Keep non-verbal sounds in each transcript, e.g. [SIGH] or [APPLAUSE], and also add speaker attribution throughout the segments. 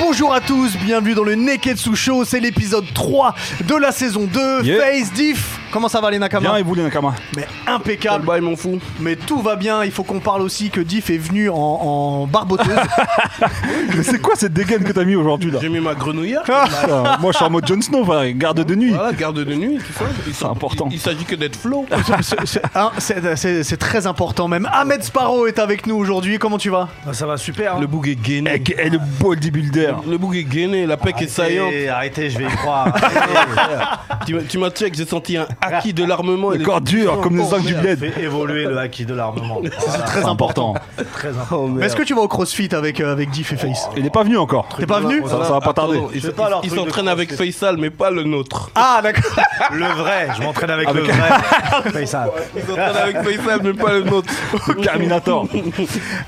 Speaker 1: Bonjour à tous, bienvenue dans le Neketsu Show, c'est l'épisode 3 de la saison 2,
Speaker 2: Yeah.
Speaker 1: Face Diff. Comment ça va les Nakama
Speaker 2: Bien et vous les Nakama
Speaker 1: Mais impeccable,
Speaker 3: Bah, il m'en fout.
Speaker 1: mais tout va bien, il faut qu'on parle aussi que Diff est venu en, en
Speaker 2: [LAUGHS]
Speaker 1: barboteuse.
Speaker 2: Mais [LAUGHS] c'est quoi cette dégaine que t'as mis aujourd'hui là Ah,
Speaker 3: J'ai mis ma grenouillère.
Speaker 2: Putain, Moi je suis en mode Jon Snow, frère, garde de nuit.
Speaker 3: Voilà, garde de nuit, tout ça. Il s'agit-
Speaker 2: important.
Speaker 3: Il, il s'agit que d'être flow.
Speaker 1: C'est- c'est- hein, c'est c'est- c'est très important même. Ahmed Sparrow est avec nous aujourd'hui, comment tu vas
Speaker 4: Ah, ça va super. hein.
Speaker 3: Le boug est gainé.
Speaker 2: Eh, eh, le bodybuilder.
Speaker 3: Le boug est gainé, la
Speaker 2: Ah,
Speaker 3: PEC est saillante.
Speaker 4: Et [LAUGHS] arrêtez, je vais y croire.
Speaker 3: Tu m'as- Tu m'as check, j'ai senti un acquis de l'armement. et
Speaker 2: Le corps dur comme les angles du bled.
Speaker 4: Fait évoluer le acquis de l'armement. Voilà, Oh,
Speaker 1: Très important.
Speaker 4: très important.
Speaker 1: Mais Est-ce que tu vas au CrossFit avec, euh, avec Diff et Face
Speaker 2: Il n'est pas venu encore.
Speaker 1: T'es pas venu
Speaker 2: Ça, ça va pas tarder.
Speaker 3: Ah, Ils
Speaker 4: pas leur
Speaker 3: il
Speaker 4: truc de
Speaker 3: s'entraînent avec Faisal, mais pas le nôtre.
Speaker 2: Oh.
Speaker 1: Ah d'accord
Speaker 4: Le vrai, je m'entraîne avec, le vrai. Fais ça.
Speaker 3: [LAUGHS] Ils s'entraînent avec Faisal, mais pas le [LAUGHS] nôtre.
Speaker 1: [LAUGHS]
Speaker 2: Terminator.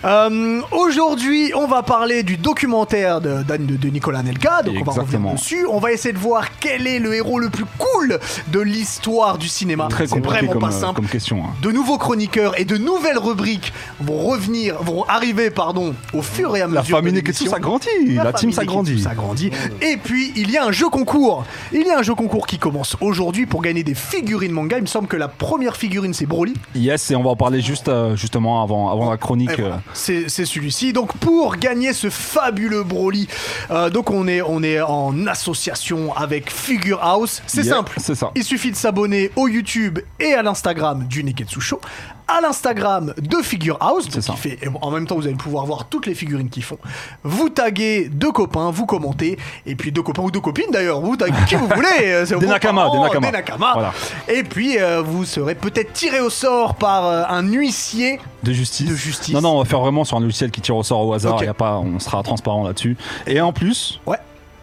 Speaker 1: Euh, Aujourd'hui, on va parler du documentaire de, d'Anne- de- de Nicolas Nelka, donc on va revenir
Speaker 2: Exactement.
Speaker 1: dessus. On va essayer de voir quel est le héros le plus cool de l'histoire du cinéma.
Speaker 2: Très
Speaker 1: C'est
Speaker 2: compliqué
Speaker 1: vraiment
Speaker 2: comme,
Speaker 1: pas
Speaker 2: euh,
Speaker 1: simple.
Speaker 2: comme question. hein.
Speaker 1: De nouveaux chroniqueurs et de nouvelles rubriques vont revenir, vont arriver, pardon, au fur et à
Speaker 2: La
Speaker 1: mesure.
Speaker 2: famille
Speaker 1: de
Speaker 2: Neketsu
Speaker 1: l'émission.
Speaker 2: s'agrandit, la, team
Speaker 1: famille Neketsu
Speaker 2: s'agrandit.
Speaker 1: s'agrandit. Et puis, il y a un jeu concours. Il y a un jeu concours qui commence aujourd'hui pour gagner des figurines manga. Il me semble que la première figurine, c'est Broly.
Speaker 2: Yes, et on va en parler juste euh, justement avant, avant la
Speaker 1: Et
Speaker 2: chronique. euh,
Speaker 1: voilà, C'est c'est celui-ci. Donc pour gagner ce fabuleux Broly, euh, donc on est, on est en association avec Figure House. C'est
Speaker 2: Yeah,
Speaker 1: simple.
Speaker 2: c'est ça.
Speaker 1: Il suffit de s'abonner au YouTube et à l'Instagram du Neketsu Show, à l'Instagram de Figure House. donc
Speaker 2: C'est ça.
Speaker 1: qui fait- et en même temps, vous allez pouvoir voir toutes les figurines qu'ils font. Vous taguez deux copains, vous commentez, et puis deux copains ou deux copines d'ailleurs, vous taguez qui vous voulez.
Speaker 2: [LAUGHS]
Speaker 1: euh, c'est
Speaker 2: Des
Speaker 1: vos
Speaker 2: Nakama,
Speaker 1: parents,
Speaker 2: des Nakama.
Speaker 1: des Nakama.
Speaker 2: Voilà.
Speaker 1: Et puis euh, vous serez peut-être tiré au sort par euh, un huissier
Speaker 2: De justice.
Speaker 1: De justice.
Speaker 2: Non, non, on va faire vraiment sur un logiciel qui tire au sort au hasard.
Speaker 1: Ok.
Speaker 2: y a pas, on sera transparent là-dessus. Et en plus,
Speaker 1: Ouais.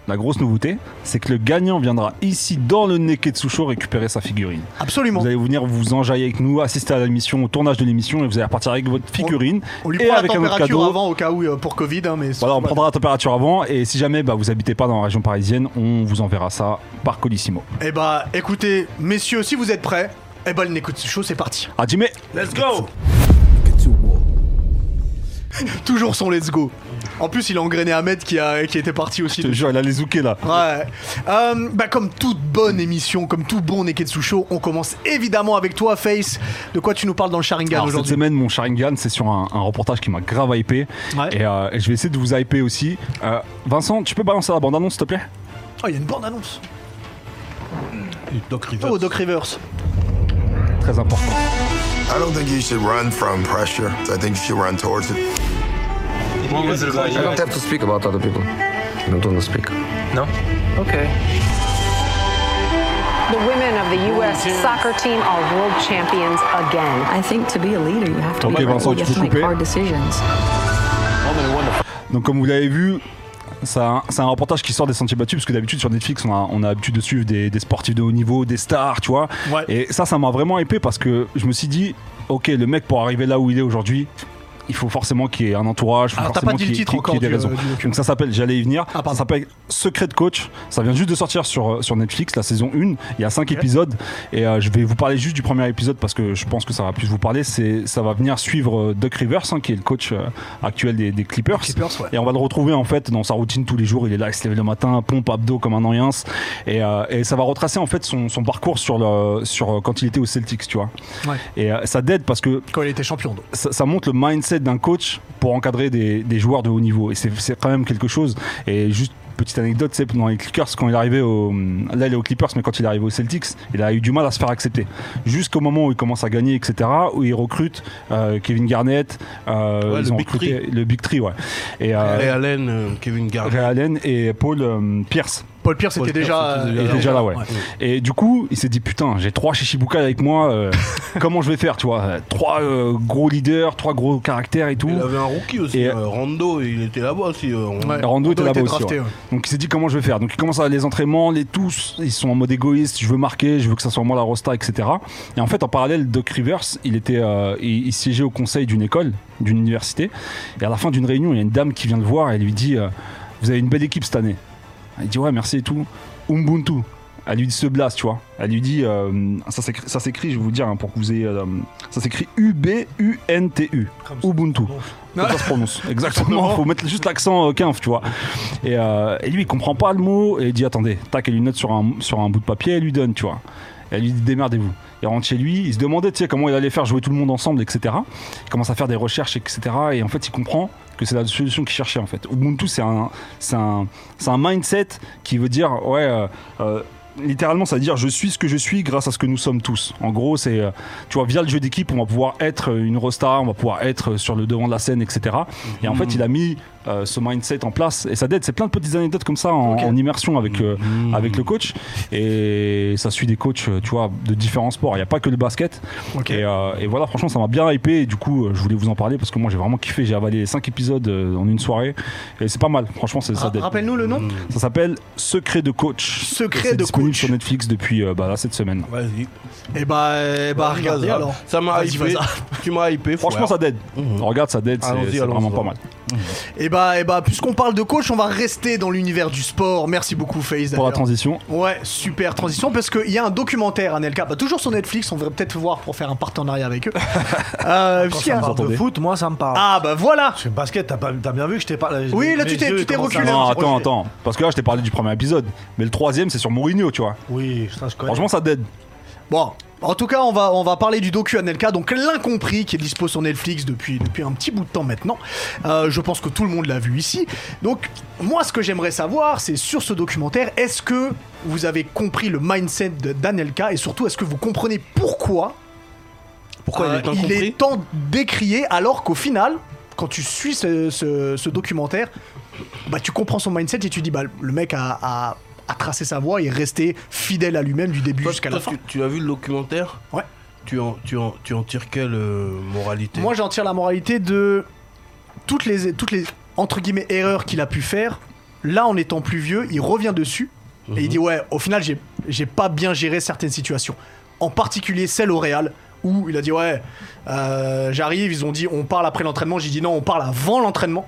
Speaker 2: la grosse nouveauté, c'est que le gagnant viendra ici dans le Neketsu Show récupérer sa figurine.
Speaker 1: Absolument.
Speaker 2: Vous allez venir vous enjailler avec nous, assister à l'émission, au tournage de l'émission, et vous allez repartir avec votre figurine
Speaker 1: On lui
Speaker 2: et
Speaker 1: prend la
Speaker 2: avec un autre
Speaker 1: température
Speaker 2: cadeau.
Speaker 1: avant au cas où euh, pour Covid, hein, mais
Speaker 2: Voilà, on prendra la température avant, et si jamais bah, vous habitez pas dans la région parisienne, on vous enverra ça par Colissimo.
Speaker 1: Eh bah, écoutez, messieurs, si vous êtes prêts, eh bah, le Nekutsu Show, c'est parti. [LAUGHS]
Speaker 2: Hajime
Speaker 4: Let's go.
Speaker 1: Toujours son let's go. En plus, il a engrainé Ahmed qui, a, qui était parti aussi.
Speaker 2: Je te jure, il a les zoukés là.
Speaker 1: Ouais. Euh, bah, comme toute bonne émission, comme tout bon Neketsu Show, on commence évidemment avec toi, Face. De quoi tu nous parles dans le Sharingan
Speaker 2: Alors, cette
Speaker 1: aujourd'hui
Speaker 2: semaine, mon Sharingan, c'est sur un, un reportage qui m'a grave hypé.
Speaker 1: Ouais.
Speaker 2: Et, euh, et je vais essayer de vous hyper aussi. Euh, Vincent, tu peux balancer la bande-annonce, s'il te plaît
Speaker 1: Oh, il y a une bande-annonce.
Speaker 3: Doc Rivers.
Speaker 1: Oh, Doc Rivers.
Speaker 2: Très important.
Speaker 5: I don't think you should run from pressure. I think you should run towards it.
Speaker 6: I don't have to speak about other people. I don't want to speak. No? Okay.
Speaker 7: The women of the U.S. soccer team are world champions again.
Speaker 8: I think to be a leader, you have to
Speaker 2: Okay,
Speaker 8: be
Speaker 2: Vincent,
Speaker 8: vocal. You
Speaker 2: tu
Speaker 8: have to
Speaker 2: peux
Speaker 8: make
Speaker 2: couper.
Speaker 8: hard decisions.
Speaker 2: Donc comme vous l'avez vu, ça- c'est un reportage qui sort des sentiers battus parce que d'habitude sur Netflix on a, on a l'habitude de suivre des, des sportifs de haut niveau, des stars, tu vois.
Speaker 1: Ouais.
Speaker 2: Et ça, ça m'a vraiment hypé parce que je me suis dit, ok, le mec pour arriver là où il est aujourd'hui, il faut forcément qu'il y ait un entourage. faut
Speaker 1: Alors, t'as
Speaker 2: forcément
Speaker 1: pas dit le
Speaker 2: qu'il y ait-
Speaker 1: titre
Speaker 2: qu'il y ait
Speaker 1: encore
Speaker 2: des
Speaker 1: du- euh,
Speaker 2: raisons.
Speaker 1: du document.
Speaker 2: Donc ça s'appelle, j'allais y venir,
Speaker 1: Ah, pardon.
Speaker 2: ça s'appelle Secret de Coach. Ça vient juste de sortir sur, sur Netflix, la saison 1. Il y a 5 épisodes. Et euh, je vais vous parler juste du premier épisode parce que je pense que ça va plus vous parler. C'est, ça va venir suivre euh, Doc Rivers, hein, qui est le coach euh, actuel des, des Clippers.
Speaker 1: Clippers, ouais.
Speaker 2: Et on va le retrouver en fait dans sa routine tous les jours. Il est là, il se lève le matin, pompe abdos comme un anciens. Et, euh, et ça va retracer en fait son, son parcours sur, le, sur euh, quand il était aux Celtics, tu vois.
Speaker 1: Ouais.
Speaker 2: Et euh, ça d'aide parce que
Speaker 1: Quand il était champion, donc.
Speaker 2: ça, ça montre le mindset d'un coach pour encadrer des, des joueurs de haut niveau. Et c'est c'est quand même quelque chose. Et juste petite anecdote, c'est dans les Clippers, quand il est arrivé au, là il est aux Clippers, mais quand il est arrivé aux Celtics, il a eu du mal à se faire accepter. Jusqu'au moment où il commence à gagner, etc., où il recrute euh, Kevin Garnett, euh,
Speaker 3: Ouais,
Speaker 2: ils
Speaker 3: le
Speaker 2: ont
Speaker 3: Big
Speaker 2: recruté le Big Three, ouais. Et euh,
Speaker 3: Ray Allen, euh, Kevin Garnett.
Speaker 2: Ray Allen et Paul euh, Pierce.
Speaker 1: Paul Pierce
Speaker 3: Paul
Speaker 1: était
Speaker 3: Pierce
Speaker 1: déjà.
Speaker 3: était
Speaker 1: euh,
Speaker 2: Il est déjà là, ouais. Et du coup, il s'est dit putain, j'ai trois chichiboukas avec moi. [LAUGHS] euh, comment je vais faire, tu vois Euh, Trois euh, gros leaders, trois gros caractères et tout.
Speaker 3: Il avait un rookie aussi,
Speaker 2: Et-
Speaker 3: euh, Rando, il était là-bas aussi. euh, on-
Speaker 1: Ouais.
Speaker 2: Rando était là-bas aussi.
Speaker 1: drafté, hein.
Speaker 2: ouais.
Speaker 1: ouais.
Speaker 2: Donc il s'est dit comment je vais faire. Donc il commence à les entraînements, les tous, ils sont en mode égoïste, je veux marquer, je veux que ça soit moi la rosta, etc. Et en fait en parallèle, Doc Rivers, il était, euh, il, il siégeait au conseil d'une école, d'une université. Et à la fin d'une réunion, il y a une dame qui vient le voir et lui dit, euh, vous avez une belle équipe cette année. Il dit ouais merci et tout. Ubuntu. Elle lui dit ce blast, tu vois. Elle lui dit, euh, ça s'écrit- ça s'écrit, je vais vous dire, hein, pour que vous ayez. euh, ça s'écrit U-B-U-N-T-U. Ubuntu. Comme ça se prononce. Exactement. faut mettre juste l'accent euh, 15, tu vois. Et, euh, et lui, il comprend pas le mot et il dit attendez, tac, elle lui note sur un, sur un bout de papier, elle lui donne, tu vois. Et elle lui dit démerdez-vous. Il rentre chez lui, il se demandait tu sais, comment il allait faire jouer tout le monde ensemble, etc. Il commence à faire des recherches, etc. Et en fait, il comprend que c'est la solution qu'il cherchait en fait. Ubuntu, c'est un, c'est un, c'est un mindset qui veut dire ouais. euh, euh, littéralement ça veut dire je suis ce que je suis grâce à ce que nous sommes tous en gros c'est euh, tu vois via le jeu d'équipe on va pouvoir être euh, une rosta on va pouvoir être euh, sur le devant de la scène etc et en fait il a mis euh, ce mindset en place et ça dette c'est plein de petites anecdotes comme ça en, en immersion avec euh, avec le coach et ça suit des coachs euh, tu vois de différents sports il n'y a pas que le basket et, euh, et voilà franchement ça m'a bien hypé et du coup euh, je voulais vous en parler parce que moi j'ai vraiment kiffé j'ai avalé les 5 épisodes euh, en une soirée et c'est pas mal franchement c'est ça dette
Speaker 1: Rappelle-nous le nom.
Speaker 2: ça s'appelle Secret de coach.
Speaker 1: Secret
Speaker 2: C'est
Speaker 1: de
Speaker 2: disponible
Speaker 1: coach.
Speaker 2: sur Netflix depuis euh, bah, là, cette semaine.
Speaker 3: Vas-y.
Speaker 1: Et bah, eh bah regardez
Speaker 3: Vas-y,
Speaker 1: alors.
Speaker 3: Ça m'a
Speaker 1: Vas-y,
Speaker 3: hypé.
Speaker 1: vas-y.
Speaker 3: Tu m'as hypé.
Speaker 2: Franchement,
Speaker 3: frère.
Speaker 2: ça dead. Regarde, ça dead, c'est
Speaker 3: Allons-y,
Speaker 2: c'est
Speaker 3: allons-y.
Speaker 2: vraiment pas mal.
Speaker 1: Et bah, et bah, puisqu'on parle de coach, on va rester dans l'univers du sport. Merci beaucoup, Face.
Speaker 2: Pour la
Speaker 1: d'ailleurs.
Speaker 2: transition,
Speaker 1: Ouais, super transition parce qu'il y a un documentaire Anelka, bah, toujours sur Netflix, on va peut-être voir pour faire un partenariat avec
Speaker 2: [LAUGHS]
Speaker 1: eux. Euh, parce qu'il y a-
Speaker 4: Ça me parle de
Speaker 2: entendez
Speaker 4: foot, moi ça me parle.
Speaker 1: Ah bah voilà
Speaker 4: Parce que basket, t'as pas- t'as bien vu que je t'ai parlé.
Speaker 1: Oui, là,
Speaker 4: mes
Speaker 1: tu t'es-
Speaker 4: yeux,
Speaker 1: tu t'es
Speaker 4: ils commencent à-
Speaker 1: reculé.
Speaker 2: non,
Speaker 1: c'est
Speaker 2: attends,
Speaker 1: projet.
Speaker 2: attends. Parce que là, je t'ai parlé du premier épisode. Mais le troisième, c'est sur Mourinho, tu vois.
Speaker 4: Oui, ça je connais.
Speaker 2: Franchement, ça dead.
Speaker 1: Bon, en tout cas, on va, on va parler du docu Anelka, donc l'incompris qui est dispo sur Netflix depuis, depuis un petit bout de temps maintenant. Euh, je pense que tout le monde l'a vu ici. Donc, moi, ce que j'aimerais savoir, c'est sur ce documentaire, est-ce que vous avez compris le mindset de- d'Anelka et surtout, est-ce que vous comprenez pourquoi
Speaker 3: Pourquoi il
Speaker 1: euh,
Speaker 3: est incompris
Speaker 1: tant décrié alors qu'au final, quand tu suis ce, ce- ce documentaire, bah, tu comprends son mindset et tu dis, bah, le mec a, a- a tracé sa voie et est resté fidèle à lui-même du début
Speaker 3: Toi,
Speaker 1: jusqu'à
Speaker 3: toi,
Speaker 1: la fin.
Speaker 3: Tu, tu as vu le documentaire
Speaker 1: Ouais.
Speaker 3: Tu en, tu en, tu en tires quelle euh, moralité
Speaker 1: Moi, j'en tire la moralité de toutes les, toutes les entre guillemets erreurs qu'il a pu faire. Là, en étant plus vieux, il revient dessus et il
Speaker 4: Mhm.
Speaker 1: dit ouais, au final, j'ai, j'ai pas bien géré certaines situations. En particulier celle au Real où il a dit ouais, euh, j'arrive, ils ont dit on parle après l'entraînement, j'ai dit non, on parle avant l'entraînement.